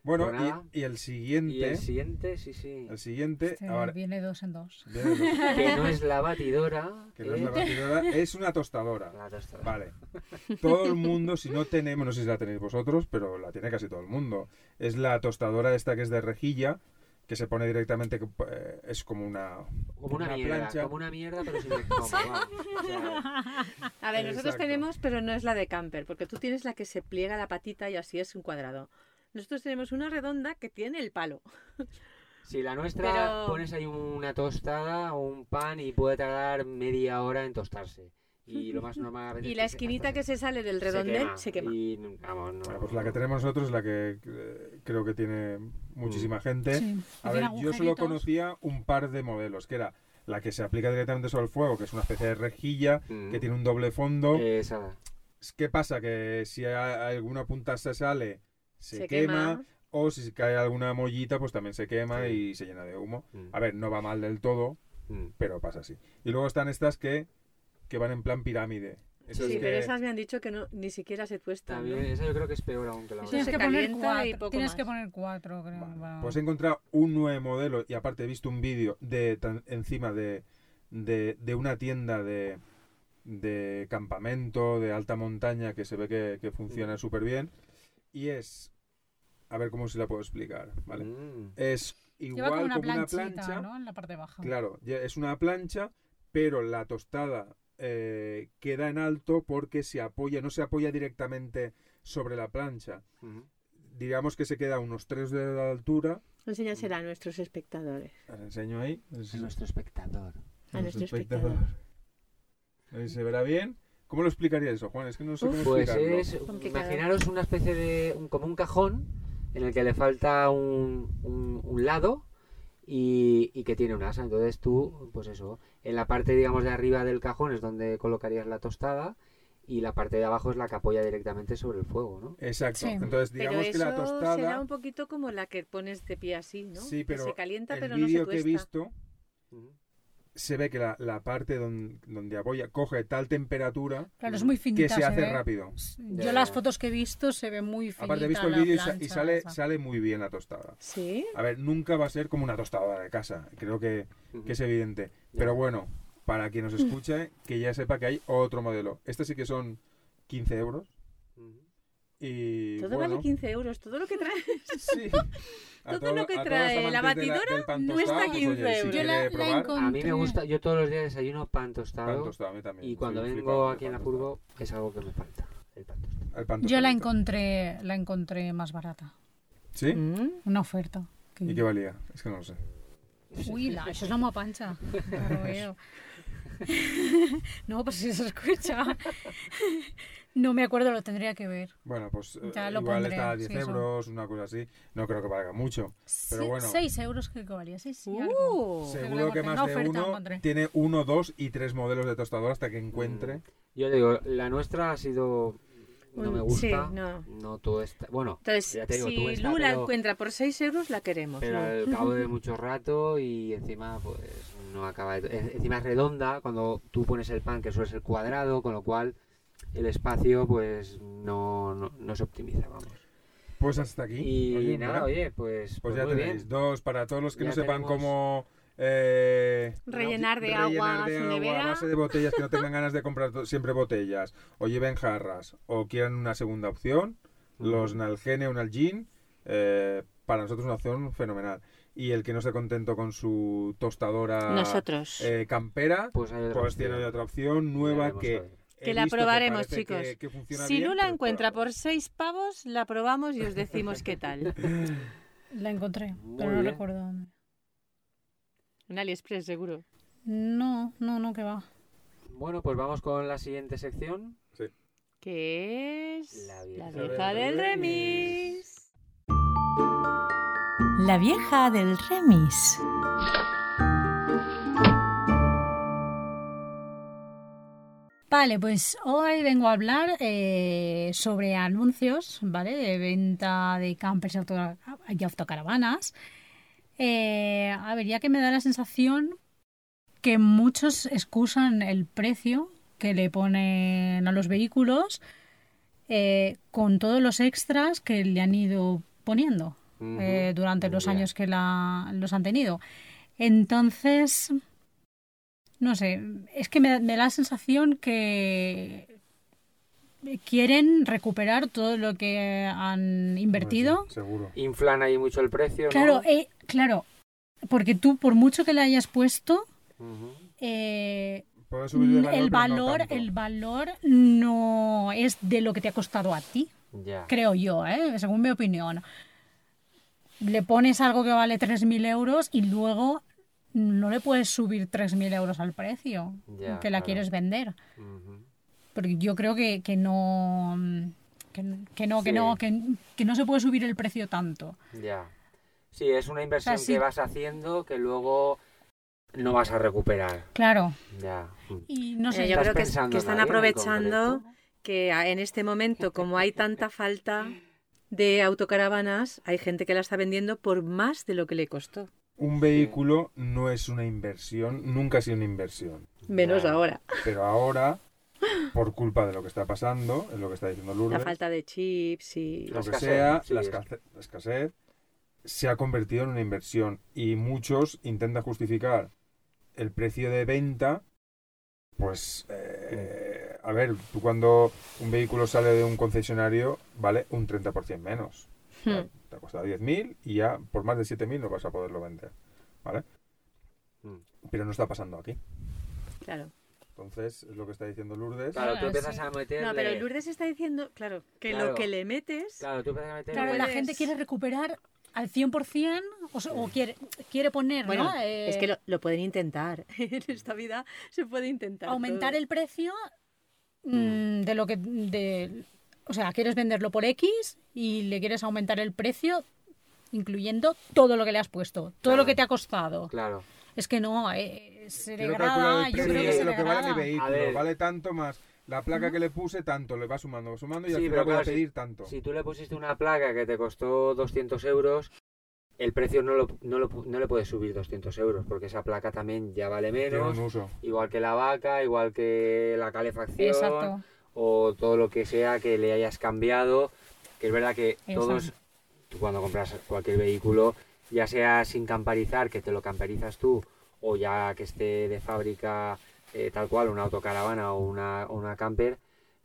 S2: Bueno,
S3: Pues nada.
S2: y, y el siguiente,
S3: Y
S2: el,
S3: el siguiente, sí, sí.
S2: siguiente,
S4: Este
S2: ahora,
S4: viene dos en dos.
S2: viene lo-
S3: Que no es la batidora.
S2: [LAUGHS] que no
S6: [LAUGHS]
S2: es la
S3: eh,
S2: batidora, es una tostadora.
S3: la tostadora.
S2: Vale. [LAUGHS] Todo el mundo, si no tenemos, no sé si la tenéis vosotros, pero la tiene casi todo el mundo. Es la tostadora esta que es de rejilla, que se pone directamente, que, eh, es como una...
S3: Como una,
S2: Una
S3: mierda,
S2: plancha.
S3: como una mierda, pero sin el cómo, va.
S6: [LAUGHS]
S3: O sea,
S6: A ver, nosotros
S2: Exacto.
S6: tenemos, pero no es la de camper, porque tú tienes la que se pliega la patita y así es un cuadrado. Nosotros tenemos una redonda que tiene el palo.
S3: si la nuestra
S6: Pero-
S3: pones ahí una tostada o un pan y puede tardar media hora en tostarse. Y lo más normal a veces
S6: [LAUGHS] Y
S3: es
S6: la
S3: que se-
S6: esquinita
S3: hasta
S6: que se sale del redondel se quema.
S3: Y vamos, no.
S2: Bueno, pues la que tenemos nosotros es la que eh, creo que tiene muchísima gente.
S4: Mm. Sí,
S2: Eh, A
S4: tiene
S2: ver, yo solo
S4: agujeritos.
S2: conocía un par de modelos, que era la que se aplica directamente sobre el fuego, que es una especie de rejilla,
S3: Mm.
S2: que tiene un doble fondo.
S3: Esa.
S2: ¿Qué pasa? Que si a- alguna punta se sale, se,
S6: Se
S2: quema,
S6: quema.
S2: o si cae alguna mollita, pues también se quema y se llena de humo.
S3: Mm.
S2: A ver, no va mal del todo,
S3: Mm.
S2: pero pasa así. Y luego están estas que, que van en plan pirámide. Esas
S6: sí,
S2: pues que-
S6: pero esas me han dicho que no, ni siquiera se tuestan. ¿no?
S3: También, esa yo creo que es peor aún que la
S6: Eso
S4: Tienes
S6: se
S3: otra.
S4: que poner
S6: calienta y
S4: cuatro.
S6: poco
S4: Tienes
S6: más.
S4: que poner cuatro, creo.
S2: Vale.
S4: va.
S2: Pues he encontrado un nuevo modelo y aparte he visto un vídeo de tan- encima de, de, de una tienda de, de campamento de alta montaña que se ve que, que funciona súper bien. Y es, a ver cómo se la puedo explicar, ¿vale?
S3: Mm.
S2: Es
S4: Lleva
S2: igual
S4: como una
S2: como una
S4: planchita,
S2: plancha,
S4: ¿no? En la parte baja.
S2: Claro, ya es una plancha, pero la tostada eh, queda en alto porque se apoya, no se apoya directamente sobre la plancha.
S3: Mm.
S2: Digamos que se queda a unos 3 de la altura.
S6: Enséñasela a nuestros espectadores.
S2: Os enseño ahí. No sé si-
S3: Nuestro espectador.
S6: A
S2: no
S6: nuestro
S2: se espectador.
S6: espectador.
S2: Ahí ¿Se verá bien? ¿Cómo lo explicaría eso, Juan? Es que no sé cómo
S3: Pues
S2: explicarlo.
S3: es,
S6: Complicado.
S3: imaginaros una especie de, un- como un cajón, en el que le falta un, un- un lado y, y que tiene un asa. Entonces tú, pues eso, en la parte, digamos, de arriba del cajón es donde colocarías la tostada y la parte de abajo es la que apoya directamente sobre el fuego, ¿no?
S2: Exacto.
S4: Sí.
S2: Entonces,
S6: Pero
S2: digamos
S6: eso
S2: que la tostada.
S6: será un poquito como la que pones de pie así, ¿no?
S2: Sí,
S6: Que
S2: pero
S6: se calienta,
S2: el
S6: pero no se
S2: vídeo que he
S6: tuesta.
S2: visto se ve que la, la parte don- donde apoya coge tal temperatura
S4: Claro, es muy finita.
S2: que se, hace
S6: ¿eh?
S4: ve.
S2: rápido.
S4: Yo las fotos que he visto se ve muy finita.
S2: Aparte he visto el
S4: la
S2: vídeo y, sa- y
S4: plancha
S2: sale,
S4: esa.
S2: sale muy bien la tostada.
S6: Sí.
S2: A ver, nunca va a ser como una tostadora de casa, creo que,
S3: Ujú.
S2: que es evidente.
S3: Ya.
S2: Pero bueno, para quien nos escuche, que ya sepa que hay otro modelo. Este sí que son 15 euros
S3: Ujú.
S2: y
S6: Todo
S2: bueno,
S6: vale 15 euros, todo lo
S5: [LAUGHS]
S6: que trae.
S2: [LAUGHS] sí. A
S6: Todo
S2: todos-
S6: lo que
S2: a todos los
S6: trae la
S2: amantes de
S6: batidora
S2: del pan
S6: no está
S2: tostado, pues, oye,
S6: 15
S2: si
S6: euros.
S4: Yo
S2: quiere
S4: la, la
S2: probar,
S4: encontré.
S3: A mí me gusta, yo todos los días desayuno pan
S2: pan
S3: tostado
S2: tostado, a mí también.
S3: y
S2: Soy
S3: cuando
S2: flipado
S3: vengo
S2: del
S3: aquí en la
S2: pan
S3: furgo es algo que me falta, el pan tostado.
S2: tostado. El pan
S4: Yo la
S2: tostado.
S4: encontré, la encontré más barata.
S2: ¿Sí?
S5: Mm.
S4: Una oferta. que-
S2: ¿Y qué valía? Es que no lo sé.
S4: Uy, la, eso es la
S2: [LAUGHS]
S4: mapancha. Lo veo. [LAUGHS] No, pues si se escucha. [LAUGHS] No me acuerdo, lo tendría que ver.
S2: Bueno, pues eh,
S4: Ya lo
S2: igual
S4: pondré,
S2: está a 10
S4: sí, eso.
S2: euros, una cosa así. No creo que valga mucho. Pero
S4: Se-
S2: bueno.
S4: Seis euros creo que valía. Sí, sí, algo.
S6: Uh,
S2: Seguro que
S4: encontré,
S2: más
S4: una
S2: de
S4: oferta
S2: uno
S4: encontré.
S2: tiene uno, dos y tres modelos de tostador hasta que encuentre.
S3: Mm. Yo digo, la nuestra ha sido. No
S6: Un-
S3: me gusta.
S6: sí, no.
S3: todo está. Bueno,
S6: Entonces,
S3: ya te digo,
S6: si
S3: tú esta,
S6: Lula
S3: pero,
S6: encuentra por 6 euros, la queremos.
S3: pero
S6: ¿no?
S3: al cabo
S4: [LAUGHS]
S3: de mucho rato y encima, pues no acaba de. en- Encima es redonda cuando tú pones el pan, que suele ser cuadrado, con lo cual el espacio, pues no, no, no se optimiza, vamos.
S2: Pues hasta aquí.
S3: Y
S2: Oye,
S3: nada,
S2: mira,
S3: oye, pues.
S2: Pues
S3: pues
S2: ya
S3: muy
S2: tenéis
S3: bien.
S2: dos. Para todos los que
S3: Ya
S2: no sepan
S3: tenemos-
S2: cómo. eh,
S6: Rellenar de
S2: rellenar
S6: agua
S2: de
S6: su
S2: agua a
S6: nevera.
S2: base de botellas que no tengan ganas de comprar to- siempre botellas o lleven jarras o quieran una segunda opción
S3: Mm,
S2: los Nalgene o Nalgene eh, para nosotros una opción fenomenal y el que no esté contento con su tostadora
S6: Nosotros.
S2: eh, campera
S3: Pues hay otra
S2: pues tiene
S3: opción.
S2: otra opción
S3: Ya
S2: nueva
S3: veremos
S2: que
S3: a ver.
S2: he
S6: Que la
S2: visto
S6: probaremos,
S2: parece que-
S6: chicos.
S2: que funciona
S6: Si
S2: bien,
S6: Lula
S2: pues
S6: encuentra
S2: probamos.
S6: por 6 pavos, la probamos y os decimos qué tal. [LAUGHS]
S4: La encontré,
S3: Muy
S4: pero no
S3: bien.
S4: recuerdo dónde.
S6: En AliExpress, seguro.
S4: No, no, no, que va.
S3: Bueno, pues vamos con la siguiente sección.
S6: Que es
S3: La
S6: la
S3: vieja
S6: vieja
S2: del
S6: del
S2: remis.
S6: remis.
S5: La vieja del remis.
S4: Vale, pues hoy vengo a hablar eh, sobre anuncios, ¿vale? De venta de campers y auto- y autocaravanas. Eh, a ver, ya que me da la sensación que muchos excusan el precio que le ponen a los vehículos eh, con todos los extras que le han ido poniendo eh, durante los
S3: Ya.
S4: años que la, los han tenido. Entonces, no sé, es que me, me da la sensación que quieren recuperar todo lo que han invertido.
S2: Pues sí, seguro
S3: Inflan ahí mucho el precio.
S4: Claro,
S3: ¿no?
S4: eh, claro, porque tú por mucho que le hayas puesto,
S3: Ujú.
S4: eh,
S2: Puede subir de valor,
S4: el
S2: pero no
S4: valor,
S2: tanto.
S4: el valor no es de lo que te ha costado a ti.
S3: Ya.
S4: creo yo, ¿eh? según mi opinión. Le pones algo que vale 3.000 euros y luego no le puedes subir 3.000 euros al precio
S3: Ya,
S4: que la
S3: claro.
S4: quieres vender.
S3: Ujú.
S4: Porque yo creo que, que no... Que, que no, que
S3: Sí.
S4: no, que, que no se puede subir el precio tanto.
S3: Ya. Sí, es una inversión
S4: sí.
S3: que vas haciendo que luego no vas a recuperar.
S4: Claro.
S3: Ya.
S4: Y no sé,
S6: Eh, yo
S3: ¿Estás
S6: creo que, es-
S3: pensando
S6: que
S3: en
S6: están
S3: alguien en
S6: aprovechando
S3: concreto?
S6: que a- en este momento, como hay tanta falta de autocaravanas, hay gente que la está vendiendo por más de lo que le costó.
S2: un vehículo no es una inversión nunca ha sido una inversión
S6: Menos
S3: Ya.
S6: ahora.
S2: Pero ahora, por culpa de lo que está pasando, es lo que está diciendo
S6: La
S2: Lourdes,
S6: falta de chips y...
S2: lo
S3: La
S2: que
S3: escasez,
S2: sea,
S3: sí,
S2: la,
S3: es-
S2: escasez, la escasez, se ha convertido en una inversión y muchos intentan justificar el precio de venta. Pues, eh, a ver, tú cuando un vehículo sale de un concesionario, vale un 30% menos.
S6: Hmm.
S2: Te ha costado 10.000 y ya por más de 7.000 no vas a poderlo vender. ¿Vale?
S3: Mm.
S2: Pero no está pasando aquí.
S6: Claro.
S2: Entonces, es lo que está diciendo Lourdes.
S3: Claro,
S4: Claro,
S3: tú empiezas
S4: sí.
S3: a meterle...
S6: Ah, No, pero Lourdes está diciendo, claro, que lo
S3: Claro.
S6: que le metes...
S3: Claro, tú empiezas a meterle...
S4: claro, la
S6: puedes-
S4: gente quiere recuperar al 100% o, se- o quiere, quiere poner,
S6: Bueno,
S4: ¿no? Eh,
S6: Es que lo, lo pueden intentar. [LAUGHS] en esta vida se puede intentar.
S4: aumentar
S6: todo.
S4: el precio mm, de lo que de o sea, quieres venderlo por X y le quieres aumentar el precio incluyendo todo lo que le has puesto, todo lo que te ha costado.
S3: Claro.
S4: Es que no, eh, se
S2: Yo lo he calculado
S4: degrada,
S2: el
S4: yo
S2: precio
S4: creo que
S2: de
S4: se
S2: lo que vale mi
S4: degrada.
S3: A
S2: vehículo.
S3: ver.
S2: Vale tanto más la placa que le puse, tanto. Le va sumando, va sumando y
S3: Sí,
S2: al final
S3: pero
S2: voy a
S3: claro, si-
S2: pedir tanto.
S3: Si tú le pusiste una placa que te costó 200 euros, el precio no, lo, no, lo- no le puedes subir 200 euros, porque esa placa también ya vale
S2: Tiene
S3: menos,
S2: un uso.
S3: igual que la vaca, igual que la calefacción,
S4: Exacto.
S3: o todo lo que sea que le hayas cambiado, que es verdad que
S4: Exacto.
S3: todos, tú cuando compras cualquier vehículo, ya sea sin camperizar, que te lo camperizas tú, o ya que esté de fábrica eh, tal cual, una autocaravana o una, o una camper,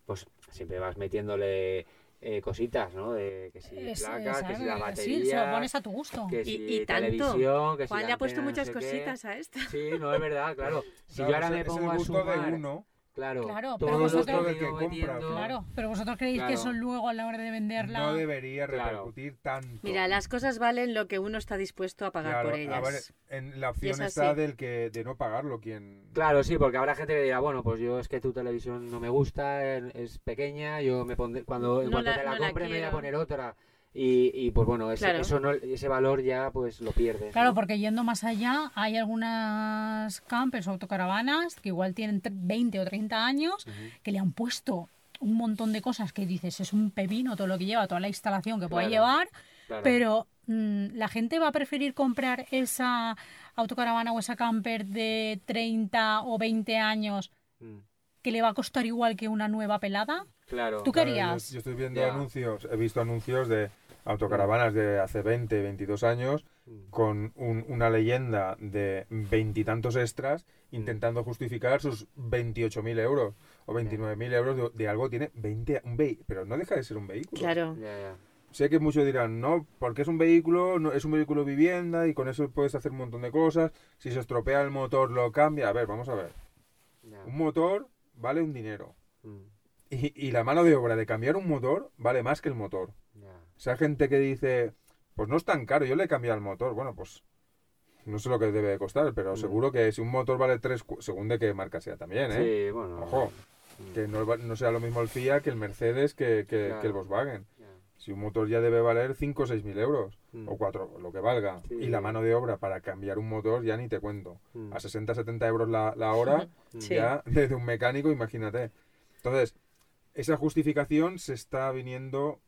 S3: pues siempre vas metiéndole eh, cositas, ¿no? De, que
S2: eh,
S3: si
S4: Es-
S3: placas, que si la
S4: exacto,
S3: batería,
S4: Sí, se lo pones a tu gusto.
S3: que
S6: Y-
S3: si
S6: y tanto.
S3: televisión, que Pues si
S6: Juan
S3: la
S6: le ha puesto
S3: antena, no
S6: muchas
S3: sé qué. Oh.
S6: cositas a esta.
S3: Sí, no, es verdad,
S2: [LAUGHS]
S3: claro. Si
S2: Claro,
S3: yo ahora
S2: es-
S3: me
S2: es el
S3: pongo a
S2: gusto
S3: sumar...
S2: de uno.
S3: Claro,
S4: Claro, pero
S3: todo lo
S4: vosotros-
S3: que
S2: Todo el que
S3: he ido
S2: compra,
S3: metiendo-
S4: Claro, pero vosotros creéis que
S3: Claro.
S4: eso luego a la hora de venderla...
S2: No debería
S3: Claro.
S2: repercutir tanto.
S6: Mira, las cosas valen lo que uno está dispuesto a pagar
S2: Claro, Ah,
S6: por
S2: a
S6: ellas.
S2: ver, en la opción
S6: es
S2: está
S6: así.
S2: del que de no pagarlo quien
S3: Claro, sí, porque habrá gente que dirá, bueno, pues yo es que tu televisión no me gusta, es es pequeña, yo me pondré, cuando en
S6: No
S3: cuanto
S6: la-
S3: te la
S6: no la
S3: compre me voy a
S6: quiero.
S3: poner otra. Y, y, pues bueno, ese,
S6: Claro.
S3: eso no, ese valor ya pues lo pierdes.
S4: Claro,
S3: ¿no?
S4: porque yendo más allá, hay algunas campers o autocaravanas que igual tienen tre- 20 o 30 años
S3: Ujú.
S4: que le han puesto un montón de cosas que dices, es un pepino todo lo que lleva, toda la instalación que pueda
S3: Claro,
S4: llevar,
S3: Claro.
S4: pero mm, la gente va a preferir comprar esa autocaravana o esa camper de 30 o 20 años
S3: Mm,
S4: que le va a costar igual que una nueva pelada.
S3: claro.
S4: ¿Tú
S2: Claro, yo-
S4: querías?
S2: Yo, estoy viendo
S3: Ya.
S2: anuncios, he visto anuncios de autocaravanas de hace 20, 22 años
S3: Mm,
S2: con un- una leyenda de veintitantos extras intentando justificar sus 28.000 euros o 29.000 euros de, de algo tiene 20, un vehi- pero no deja de ser un vehículo.
S6: Claro.
S3: Ya, ya.
S2: Sé que muchos dirán, no, porque es un vehículo, no, es un vehículo vivienda y con eso puedes hacer un montón de cosas, si se estropea el motor lo cambia, a ver, vamos a ver,
S3: ya.
S2: un motor vale un dinero
S3: Mm,
S2: y, y la mano de obra de cambiar un motor vale más que el motor.
S3: ya.
S2: O sea, gente que dice, pues no es tan caro, yo le he cambiado el motor. Bueno, pues no sé lo que debe de costar, pero
S3: Mm.
S2: seguro que si un motor vale 3, según de qué marca sea también, ¿eh?
S3: Sí, bueno.
S2: Ojo,
S3: mm,
S2: que no, va- no sea lo mismo el Fiat que el Mercedes que, que-
S3: Claro.
S2: que el Volkswagen.
S3: ya.
S2: Si un motor ya debe valer 5 o 6 mil euros,
S3: Mm,
S2: o 4, lo que valga.
S3: Sí.
S2: Y la mano de obra para cambiar un motor ya ni te cuento.
S3: mm,
S2: A 60, 70 euros la, la
S3: [LAUGHS]
S2: hora,
S3: mm,
S6: Sí.
S2: ya desde un mecánico, imagínate. Entonces, esa justificación se está viniendo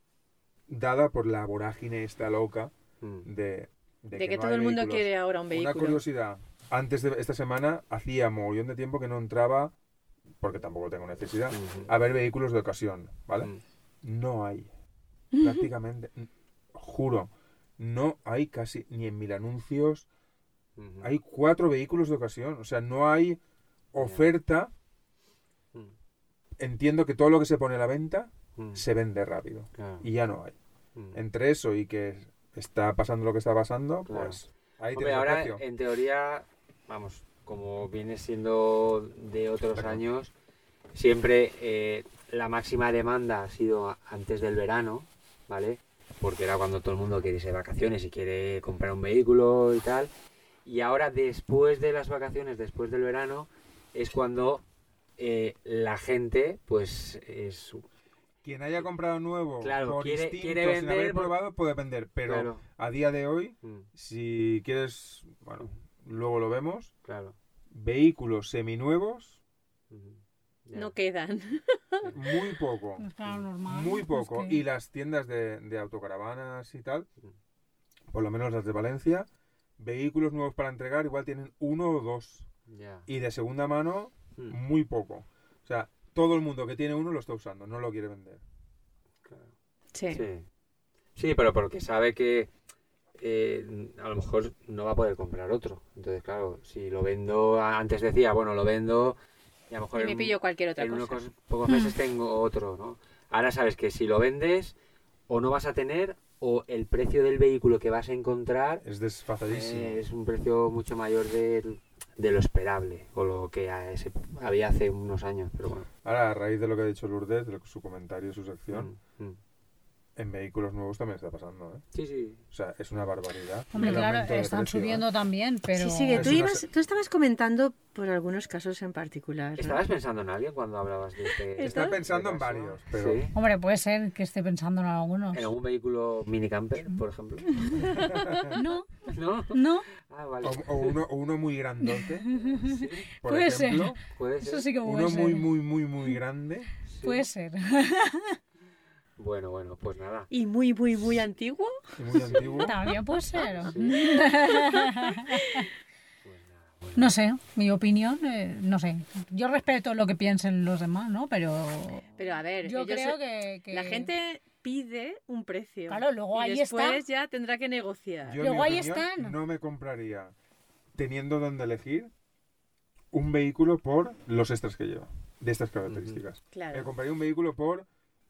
S2: dada por la vorágine esta loca
S3: mm,
S2: de,
S6: De,
S2: no
S6: que, todo
S2: hay
S6: el mundo
S2: vehículos.
S6: quiere ahora un
S2: Una
S6: vehículo.
S2: curiosidad. Antes de esta semana hacía mogollón de tiempo que no entraba, porque tampoco tengo necesidad,
S3: Ujú.
S2: a ver vehículos de ocasión, ah, ¿vale?
S3: Mm.
S6: [LAUGHS]
S2: No hay. Prácticamente, n- juro, no hay casi ni en mil anuncios.
S3: Ujú.
S2: Hay cuatro vehículos de ocasión, o sea, no hay oferta.
S3: Mm,
S2: Entiendo que todo lo que se pone a la venta
S3: mm,
S2: se vende rápido
S3: claro,
S2: y ya no hay.
S3: mm.
S2: Entre eso y que está pasando lo que está pasando,
S3: Claro.
S2: pues ahí
S3: Hombre,
S2: tienes el
S3: ahora,
S2: precio.
S3: en teoría, vamos, como viene siendo de otros
S2: Claro.
S3: años, siempre eh, la máxima demanda ha sido a- antes del verano, ¿vale? Porque era cuando todo el mundo quiere irse de vacaciones y quiere comprar un vehículo y tal. Y ahora, después de las vacaciones, después del verano, es cuando eh, la gente, pues, es...
S2: Quien haya comprado nuevo
S3: Claro,
S2: por
S3: quiere-
S2: instinto,
S3: quiere
S2: sin
S3: vender
S2: haber
S3: por-
S2: probado, puede vender. Pero
S3: Claro,
S2: a día de hoy,
S3: mm,
S2: si quieres, bueno, luego lo vemos,
S3: claro.
S2: vehículos seminuevos,
S3: ujú, ya.
S6: No quedan. [LAUGHS]
S2: muy poco.
S4: Pues claro, normal,
S2: Muy
S4: es
S2: poco.
S4: que-
S2: Y las tiendas de, de autocaravanas y tal,
S3: Mm.
S2: por lo menos las de Valencia, vehículos nuevos para entregar igual tienen uno o dos.
S3: Ya.
S2: Y de segunda mano,
S3: mm,
S2: muy poco. O sea, todo el mundo que tiene uno lo está usando, no lo quiere vender.
S3: claro.
S6: Sí.
S3: Sí. Sí, pero porque sabe que eh, a lo mejor no va a poder comprar otro. Entonces, claro, si lo vendo, a- antes decía, bueno, lo vendo y a lo mejor
S6: Y
S3: en,
S6: me pillo cualquier otra
S3: en unos
S6: cosa.
S3: cos- pocos meses tengo otro, ¿no? Ahora sabes que si lo vendes o no vas a tener o el precio del vehículo que vas a encontrar
S2: Es
S3: eh,
S2: desfazadísimo.
S3: es un precio mucho mayor del- de lo esperable o lo que a- se- había hace unos años, pero bueno.
S2: Ahora, a raíz de lo que ha dicho Lourdes, de lo- su comentario, su sección,
S3: Mm, mm,
S2: en vehículos nuevos también está pasando, ¿eh?
S3: Sí, sí.
S2: O sea, es una barbaridad.
S4: Hombre,
S2: El
S4: claro,
S2: aumento de
S4: están
S2: precio, ¿eh?
S4: subiendo también, pero...
S1: Sí, sigue.
S2: Es
S1: Tú,
S2: una
S1: ibas-
S2: se-
S1: tú estabas comentando por algunos casos en particular. ¿no?
S3: ¿Estabas pensando en alguien cuando hablabas de este
S2: Está
S1: ¿Está?
S2: pensando en
S3: caso?
S2: varios, pero
S3: Sí.
S4: Hombre, puede ser que esté pensando en algunos. [LAUGHS]
S3: ¿En algún vehículo minicamper, por ejemplo?
S4: No,
S3: ¿No?
S4: no,
S3: Ah, vale.
S2: o, o uno, o uno muy
S4: [LAUGHS]
S2: grandote,
S3: Sí,
S2: por
S4: Puede ser.
S2: ejemplo,
S3: puede ser.
S4: eso pues. sí que puede
S2: uno
S4: ser.
S2: muy muy muy muy grande.
S3: sí.
S4: Puede ser.
S3: Bueno, bueno, pues nada.
S1: Y muy, muy, muy antiguo.
S2: y muy antiguo.
S4: También puede ser.
S3: Sí.
S4: No sé, mi opinión, eh, no sé. Yo respeto lo que piensen los demás, ¿no? Pero
S1: Pero a ver,
S4: yo
S1: ellos-
S4: creo que, que-
S1: la gente pide un precio.
S4: Claro, luego
S1: y
S4: ahí
S1: después
S4: está.
S1: ya tendrá que negociar.
S2: Yo, eh, en
S4: Luego
S2: mi
S4: ahí
S2: opinión,
S4: están.
S2: No me compraría, teniendo donde elegir, un vehículo por los extras que lleva, de estas características. Me
S1: Claro.
S2: Eh, compraría un vehículo por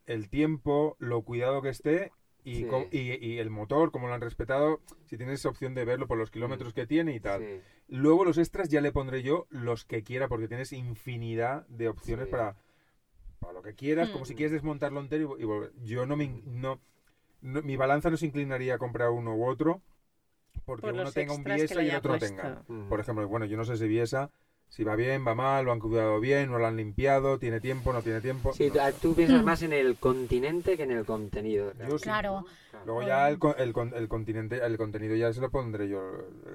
S2: el tiempo, lo cuidado que esté y,
S3: Sí.
S2: co- y- y el motor, cómo lo han respetado, si tienes opción de verlo por los kilómetros que tiene y tal.
S3: Sí.
S2: Luego los extras ya le pondré yo los que quiera, porque tienes infinidad de opciones
S3: Sí.
S2: para, para lo que quieras,
S1: Mm.
S2: como si quieres desmontarlo entero y vo- y, volver. Yo no me... in- No, no- mi balanza no se inclinaría a comprar uno u otro, porque
S1: Por
S2: uno
S1: los
S2: tenga un
S1: extras que
S2: Biesa
S1: le
S2: y el
S1: haya
S2: otro
S1: puesto.
S2: tenga.
S3: Mm.
S2: Por ejemplo, bueno, yo no sé si Biesa, si va bien, va mal, lo han cuidado bien, no lo han limpiado, tiene tiempo, no tiene tiempo.
S3: Sí,
S2: no
S3: tú-
S2: sé.
S3: tú piensas más en el continente que en el contenido.
S2: Yo sí.
S4: Claro.
S2: Luego ya el, con- el, con- el continente, el contenido ya se lo pondré yo.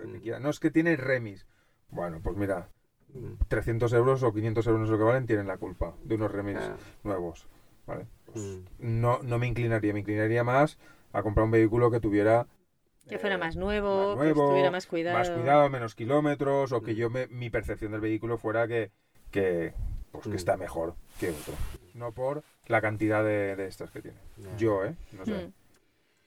S2: el que
S3: Mm.
S2: quiera. No, es que tiene remis. Bueno, pues mira,
S3: Mm.
S2: 300 euros o 500 euros lo que valen tienen la culpa de unos remis
S3: Ah,
S2: nuevos. ¿vale? Pues
S3: mm.
S2: no, no me inclinaría, me inclinaría más a comprar un vehículo que tuviera...
S1: Que
S2: eh,
S1: fuera más nuevo,
S2: más
S1: que
S2: nuevo,
S1: estuviera más cuidado.
S2: más cuidado, menos kilómetros, o que
S3: Mm.
S2: yo me- mi percepción del vehículo fuera que, que, pues que
S3: Mm.
S2: está mejor que otro. No por la cantidad de, de estas que tiene.
S3: Ya.
S2: Yo, ¿eh? No sé.
S1: Mm.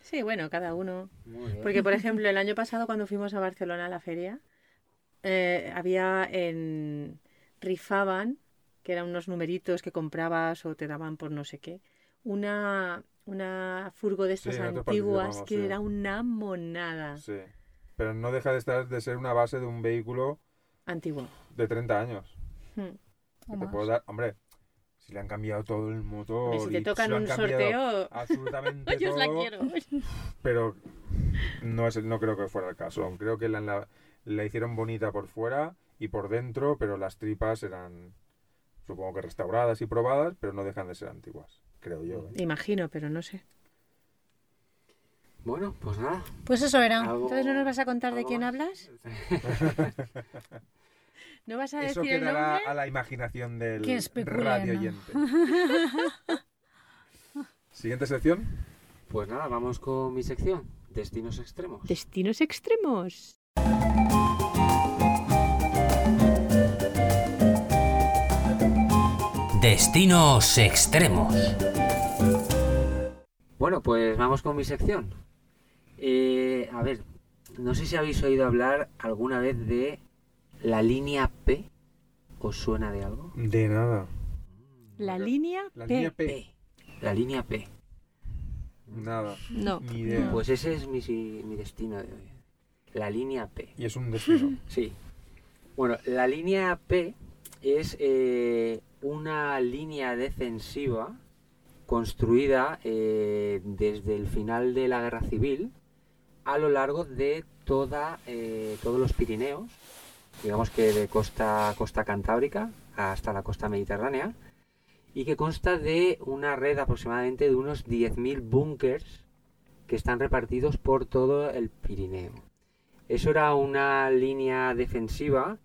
S1: Sí, bueno, cada uno.
S3: Muy bien.
S1: Porque, por ejemplo, el año pasado cuando fuimos a Barcelona a la feria, eh, había en... rifaban, que eran unos numeritos que comprabas o te daban por no sé qué, una, una furgo de estas
S2: Sí, nosotros
S1: antiguas
S2: participamos,
S1: que
S2: sí.
S1: era una monada
S2: Sí. Pero no deja de estar de ser una base de un vehículo
S1: antigua.
S2: de 30 años.
S1: Hmm.
S4: o
S2: Que te
S4: más.
S2: puedo dar, hombre, si le han cambiado todo el motor
S1: Hombre, si te
S2: y
S1: tocan
S2: se lo han
S1: un
S2: cambiado
S1: sorteo, [LAUGHS] Pues
S2: absolutamente
S1: yo os la
S2: todo,
S1: quiero.
S2: pero no es el- no creo que fuera el caso. Creo que la, la, la hicieron bonita por fuera y por dentro, pero las tripas eran supongo que restauradas y probadas, pero no dejan de ser antiguas, creo yo. ¿eh?
S1: Imagino, pero no sé.
S3: Bueno, pues nada.
S4: Pues eso era.
S3: Algo-
S1: Entonces, ¿no nos vas a contar de
S3: algo
S1: quién
S3: más.
S1: hablas? ¿No vas a
S2: Eso
S1: decir el
S2: quedará
S1: nombre?
S2: a la imaginación del
S4: Que especulen,
S2: radio
S4: ¿no?
S3: [LAUGHS]
S2: oyente. Siguiente sección.
S3: Pues nada, vamos con mi sección. Destinos extremos.
S1: Destinos extremos.
S7: Destinos extremos.
S3: Bueno, pues vamos con mi sección. Eh, a ver, no sé si habéis oído hablar alguna vez de la línea P. ¿Os suena de algo?
S2: De nada.
S1: La
S2: Porque-
S1: línea
S2: La
S1: P.
S2: línea P.
S3: P. La línea P.
S2: Nada.
S1: No.
S2: Ni idea.
S3: Pues ese es mi, si- mi destino de hoy. La línea P.
S2: Y es un destino.
S3: Sí. Bueno, la línea P es eh, una línea defensiva construida eh, desde el final de la Guerra Civil a lo largo de toda, eh, todos los Pirineos, digamos que de costa, costa cantábrica hasta la costa mediterránea, y que consta de una red aproximadamente de unos 10.000 búnkers que están repartidos por todo el Pirineo. Eso era una línea defensiva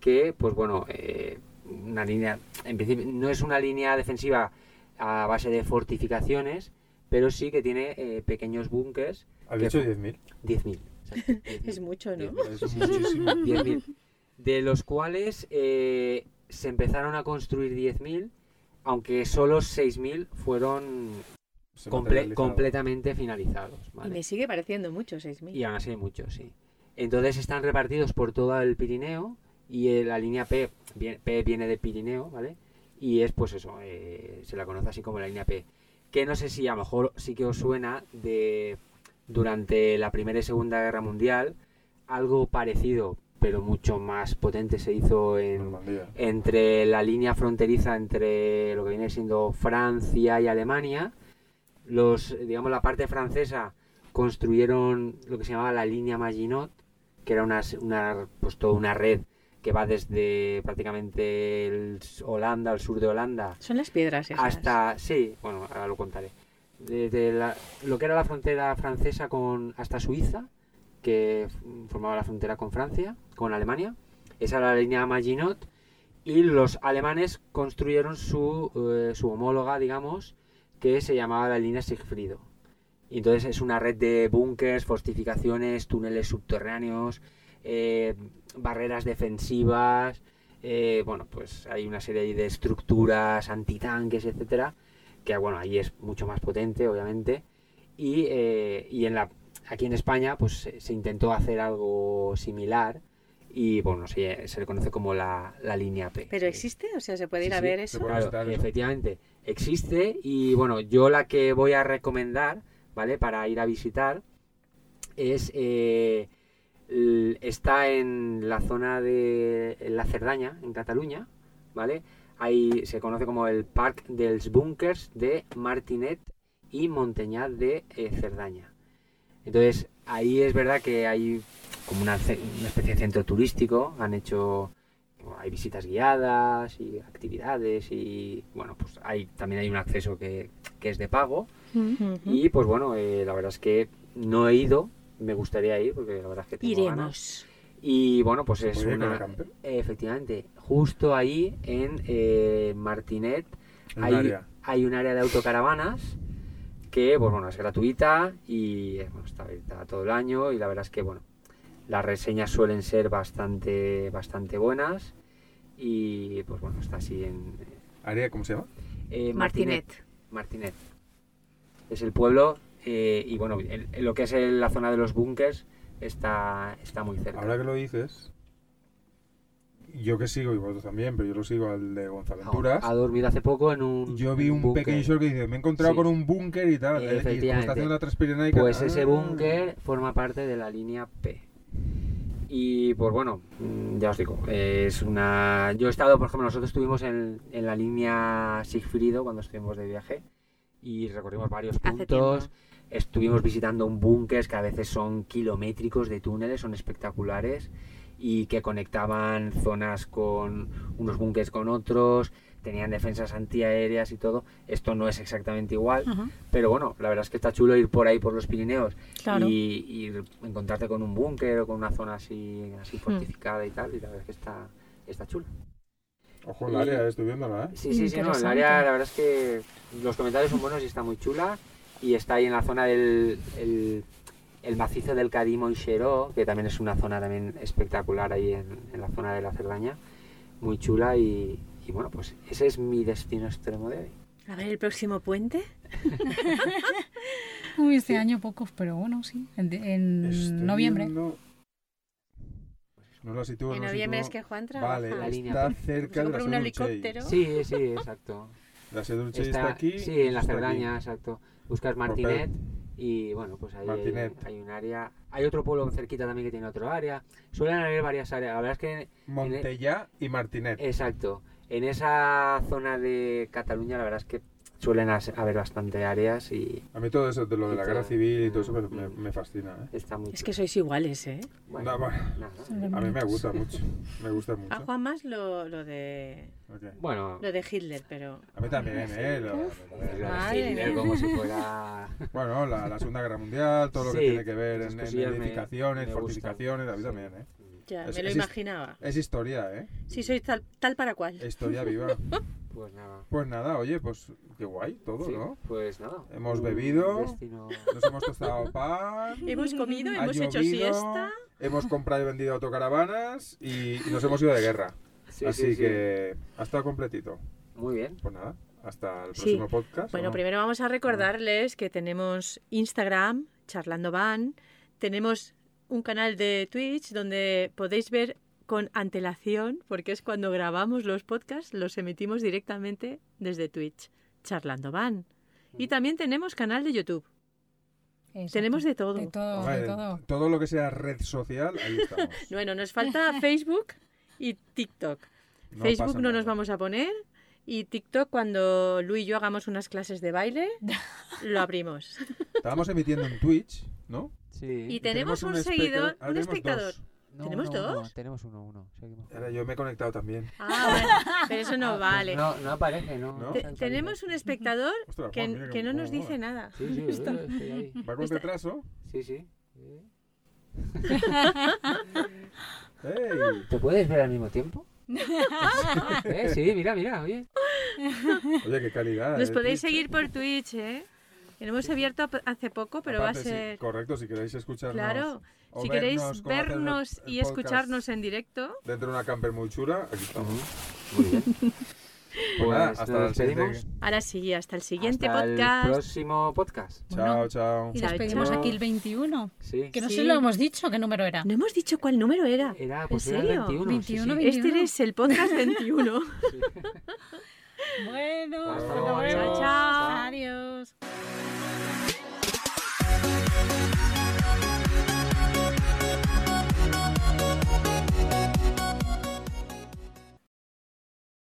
S3: que, pues bueno, eh, una línea, en principio, no es una línea defensiva a base de fortificaciones, pero sí que tiene eh, pequeños búnkers.
S2: ¿Habéis
S3: que-
S2: hecho 10.000?
S3: 10.000. exacto, 10.000.
S1: [LAUGHS] Es mucho, ¿no?
S3: 10.000, [LAUGHS]
S2: Es
S3: sí,
S2: muchísimo.
S3: 10.000. De los cuales eh, se empezaron a construir 10.000, aunque solo 6.000 fueron
S2: Se
S3: comple-
S2: materializado.
S3: completamente finalizados. ¿vale?
S1: Y me sigue pareciendo mucho 6.000.
S3: Y aún así hay muchos, sí. Entonces están repartidos por todo el Pirineo y eh, la línea P, vie- P viene de Pirineo, ¿vale? Y es pues eso, eh, se la conoce así como la línea P. Que no sé si a lo mejor sí que os suena de durante la Primera y Segunda Guerra Mundial, algo parecido, pero mucho más potente se hizo en,
S2: Normandía.
S3: entre la línea fronteriza entre lo que viene siendo Francia y Alemania los, digamos, la parte francesa construyeron lo que se llamaba la línea Maginot, que era una, una, pues toda una red que va desde prácticamente el Holanda, al sur de Holanda.
S6: Son las piedras esas.
S3: Hasta, sí, bueno, ahora lo contaré. Desde la- lo que era la frontera francesa con hasta Suiza, que f- formaba la frontera con Francia, con Alemania. Esa era la línea Maginot. Y los alemanes construyeron su, eh, su homóloga, digamos, que se llamaba la línea Sigfrido. Y entonces es una red de búnkers, fortificaciones, túneles subterráneos, eh, barreras defensivas, eh, bueno, pues hay una serie ahí de estructuras antitanques, etcétera, que bueno, ahí es mucho más potente, obviamente, y, eh, y en la, aquí en España pues se, se intentó hacer algo similar y bueno, se, se le conoce como la, la línea P.
S6: ¿Pero existe? O sea, ¿se puede
S3: Sí,
S6: ir a
S3: sí,
S6: ver
S3: se ¿eh?
S6: eso?
S2: puede.
S3: Claro,
S2: visitar eso.
S3: efectivamente, existe y bueno, yo la que voy a recomendar, ¿vale? Para ir a visitar es eh, l- está en la zona de en la Cerdaña, en Cataluña, ¿vale? Ahí se conoce como el Parc dels Bunkers de Martinet y Montañat de eh, Cerdaña. Entonces, ahí es verdad que hay como una, ce- una especie de centro turístico, han hecho bueno, hay visitas guiadas y actividades y bueno, pues hay también hay un acceso que, que es de pago y pues bueno, eh, la verdad es que no he ido, me gustaría ir porque la verdad es que tengo
S6: Iremos.
S3: ganas. Y bueno, pues es
S2: Oye, con el
S3: una...
S2: camper.
S3: Eh, Efectivamente, justo ahí en eh, Martinet
S2: Un
S3: hay,
S2: área.
S3: hay un área de autocaravanas que pues, bueno, es gratuita y eh, bueno, está abierta todo el año y la verdad es que bueno, las reseñas suelen ser bastante, bastante buenas y pues bueno, está así en
S2: Área, ¿cómo se llama?
S3: eh,
S6: Martinet.
S3: Martinet. Es el pueblo eh, y bueno, el- el- lo que es el- la zona de los búnkers está, está muy cerca.
S2: Ahora que lo dices, yo que sigo, y vosotros también, pero yo lo sigo al de Gonzaventuras.
S3: Ha dormido hace poco en un.
S2: Yo vi
S3: en
S2: un
S3: búnker.
S2: pequeño short que dice, me he encontrado
S3: Sí.
S2: con un búnker y tal. eh, Y como
S3: Efectivamente.
S2: está haciendo la Transpirenaica.
S3: Pues ese
S2: ah.
S3: búnker forma parte de la línea P. Y pues bueno, mm, ya os digo, es una. Yo he estado, por ejemplo, nosotros estuvimos en, en la línea Sigfrido cuando estuvimos de viaje y recorrimos varios
S6: Hace
S3: puntos. Estuvimos visitando un búnker que a veces son kilométricos de túneles, son espectaculares y que conectaban zonas con unos búnkeres con otros, tenían defensas antiaéreas y todo. Esto no es exactamente igual,
S4: Ajá.
S3: pero bueno, la verdad es que está chulo ir por ahí por los Pirineos
S4: Claro.
S3: y, y encontrarte con un búnker o con una zona así, así fortificada y tal, y la verdad es que está, está chulo.
S2: Ojo, el área, estoy viéndola, ¿eh?
S3: Sí, sí, sí, no, el área la verdad es que los comentarios son buenos y está muy chula. Y está ahí en la zona del el, el macizo del Cadimo y Xeró, que también es una zona también espectacular ahí en, en la zona de la Cerdaña. Muy chula y, y bueno, pues ese es mi destino extremo de hoy.
S6: A ver, el próximo puente.
S4: Uy, este año pocos, pero bueno, sí. En,
S6: Mm,
S4: en
S2: Estoy
S4: noviembre.
S2: viendo- No la sitúo,
S6: en
S2: no la
S6: noviembre
S2: sitúo.
S6: es que Juan trabaja.
S2: Vale,
S3: la
S2: está
S3: línea. pues,
S2: cerca de la
S6: Compra un
S2: Sedurchey.
S6: helicóptero.
S3: Sí, sí, exacto.
S2: La Sedurchey está,
S3: Está-
S2: aquí. pues
S3: Sí, en la
S2: está aquí.
S3: Cerdaña, exacto. Buscas Martinet y bueno, pues ahí hay,
S2: Martinet.
S3: hay un área. Hay otro pueblo cerquita también que tiene otro área. Suelen haber varias áreas. La verdad es que, e-
S2: Montellá y Martinet.
S3: Eh, exacto, en esa zona de Cataluña la verdad es que suelen has- haber bastante áreas y
S2: A mí todo eso, de lo de la
S3: Sí,
S2: guerra
S3: todo.
S2: civil y todo eso, me,
S3: Mm.
S2: me- me fascina, ¿eh?
S3: está muy
S6: Es que sois iguales, ¿eh?
S3: bueno,
S2: No, va.
S3: nada.
S2: A mí
S6: Mm.
S2: me gusta mucho. Me gusta
S6: A
S2: mucho.
S6: Juan más lo, lo de
S2: Ok.
S3: Bueno, pues
S6: lo de Hitler, pero
S2: A mí también, ¿eh? Lo-
S6: Madre
S3: Hitler
S6: mía.
S3: como si fuera...
S6: [LAUGHS]
S2: Bueno, la, la Segunda Guerra Mundial, todo lo que
S3: Sí,
S2: tiene que ver
S3: esas
S2: en, en
S3: cosillas me-
S2: edificaciones,
S3: me gustan.
S2: fortificaciones, a mí
S3: Sí.
S2: también, ¿eh?
S6: ya
S2: Es-
S6: me lo
S2: es-
S6: imaginaba.
S2: Es historia, ¿eh?
S6: Si sois tal, tal para cual. [LAUGHS]
S2: Historia viva.
S3: Pues nada.
S2: Pues nada, oye, pues qué guay todo,
S3: Sí,
S2: ¿no?
S3: Pues nada.
S2: Hemos
S3: Un
S2: bebido.
S3: destino-
S2: Nos hemos tostado pan,
S6: Hemos comido,
S2: ha
S6: hemos hecho
S2: llovido,
S6: siesta.
S2: hemos comprado y vendido autocaravanas y, y nos hemos ido de guerra.
S3: Sí,
S2: Así
S3: sí, sí.
S2: que ha estado completito.
S3: Muy bien.
S2: Pues nada, hasta el
S6: Sí.
S2: próximo podcast. ¿o
S6: Bueno,
S2: no?
S6: primero vamos a recordarles que tenemos Instagram, Charlando Van, tenemos un canal de Twitch donde podéis ver con antelación, porque es cuando grabamos los podcasts, los emitimos directamente desde Twitch, Charlando Van. Y también tenemos canal de YouTube.
S4: Exacto.
S6: Tenemos de todo.
S4: De todo,
S2: Hombre,
S4: de todo.
S2: todo lo que sea red social, ahí
S6: [LAUGHS]
S2: estamos.
S6: Bueno, nos falta Facebook y TikTok.
S2: No
S6: Facebook
S2: pasa
S6: no
S2: nada.
S6: nos vamos a poner
S1: Y TikTok, cuando Lu y yo hagamos unas clases de baile, lo abrimos.
S2: Estábamos emitiendo en Twitch, ¿no?
S8: Sí.
S1: Y tenemos un seguidor,
S2: espectador-
S1: un
S2: ahora tenemos
S1: espectador.
S2: dos.
S8: No,
S1: ¿Tenemos
S8: uno, uno,
S1: dos?
S8: tenemos uno, uno. Seguimos.
S2: Ahora yo me he conectado también.
S1: Ah, bueno, pero eso no Ah, vale.
S3: No, no aparece, no.
S2: ¿No?
S1: Te-
S2: Sancho,
S1: tenemos un espectador
S2: Ostras, Juan,
S1: que,
S2: mira
S1: que no
S2: cómo
S1: nos
S2: mola.
S1: dice nada.
S3: Sí,
S1: [LAUGHS]
S3: sí, estoy ahí.
S2: Va con
S1: Está- [LAUGHS]
S2: retraso.
S3: Sí, sí. Eh,
S2: ¡Ey!
S3: ¿Te puedes ver al mismo
S1: [LAUGHS]
S3: tiempo? Eh, Sí, mira, mira, oye.
S2: Oye, qué calidad.
S1: Nos
S2: eh,
S1: podéis
S2: Twitch,
S1: seguir por Twitch, ¿eh? Que lo hemos abierto ap- hace poco, pero
S2: Aparte, sí,
S1: va a ser...
S2: correcto, si queréis escucharnos.
S1: Claro,
S2: o
S1: si queréis
S2: vernos cómo hacer el-
S1: vernos y
S2: el podcast
S1: escucharnos en directo,
S2: Dentro de una camper muy chula, aquí estamos.
S3: Muy [LAUGHS] bien.
S2: Pues nada,
S3: Pues
S2: hasta
S3: nos
S2: el siguiente.
S3: despedimos.
S1: ahora sí, hasta el siguiente
S3: Hasta
S1: podcast.
S3: El próximo podcast.
S2: Chao, chao.
S4: Y
S1: Chao,
S4: despedimos
S3: chao.
S4: aquí el 21.
S3: Sí.
S4: Que no
S1: Sí.
S4: sé si lo hemos dicho, qué número era.
S1: No hemos dicho cuál número era.
S2: Eh,
S3: Era,
S1: ¿En
S3: pues era el
S1: serio?
S3: 21. sí,
S4: 21,
S3: sí.
S2: [LAUGHS]
S1: Este es el podcast 21.
S4: Bueno,
S3: Hasta
S4: hasta
S3: luego.
S4: luego.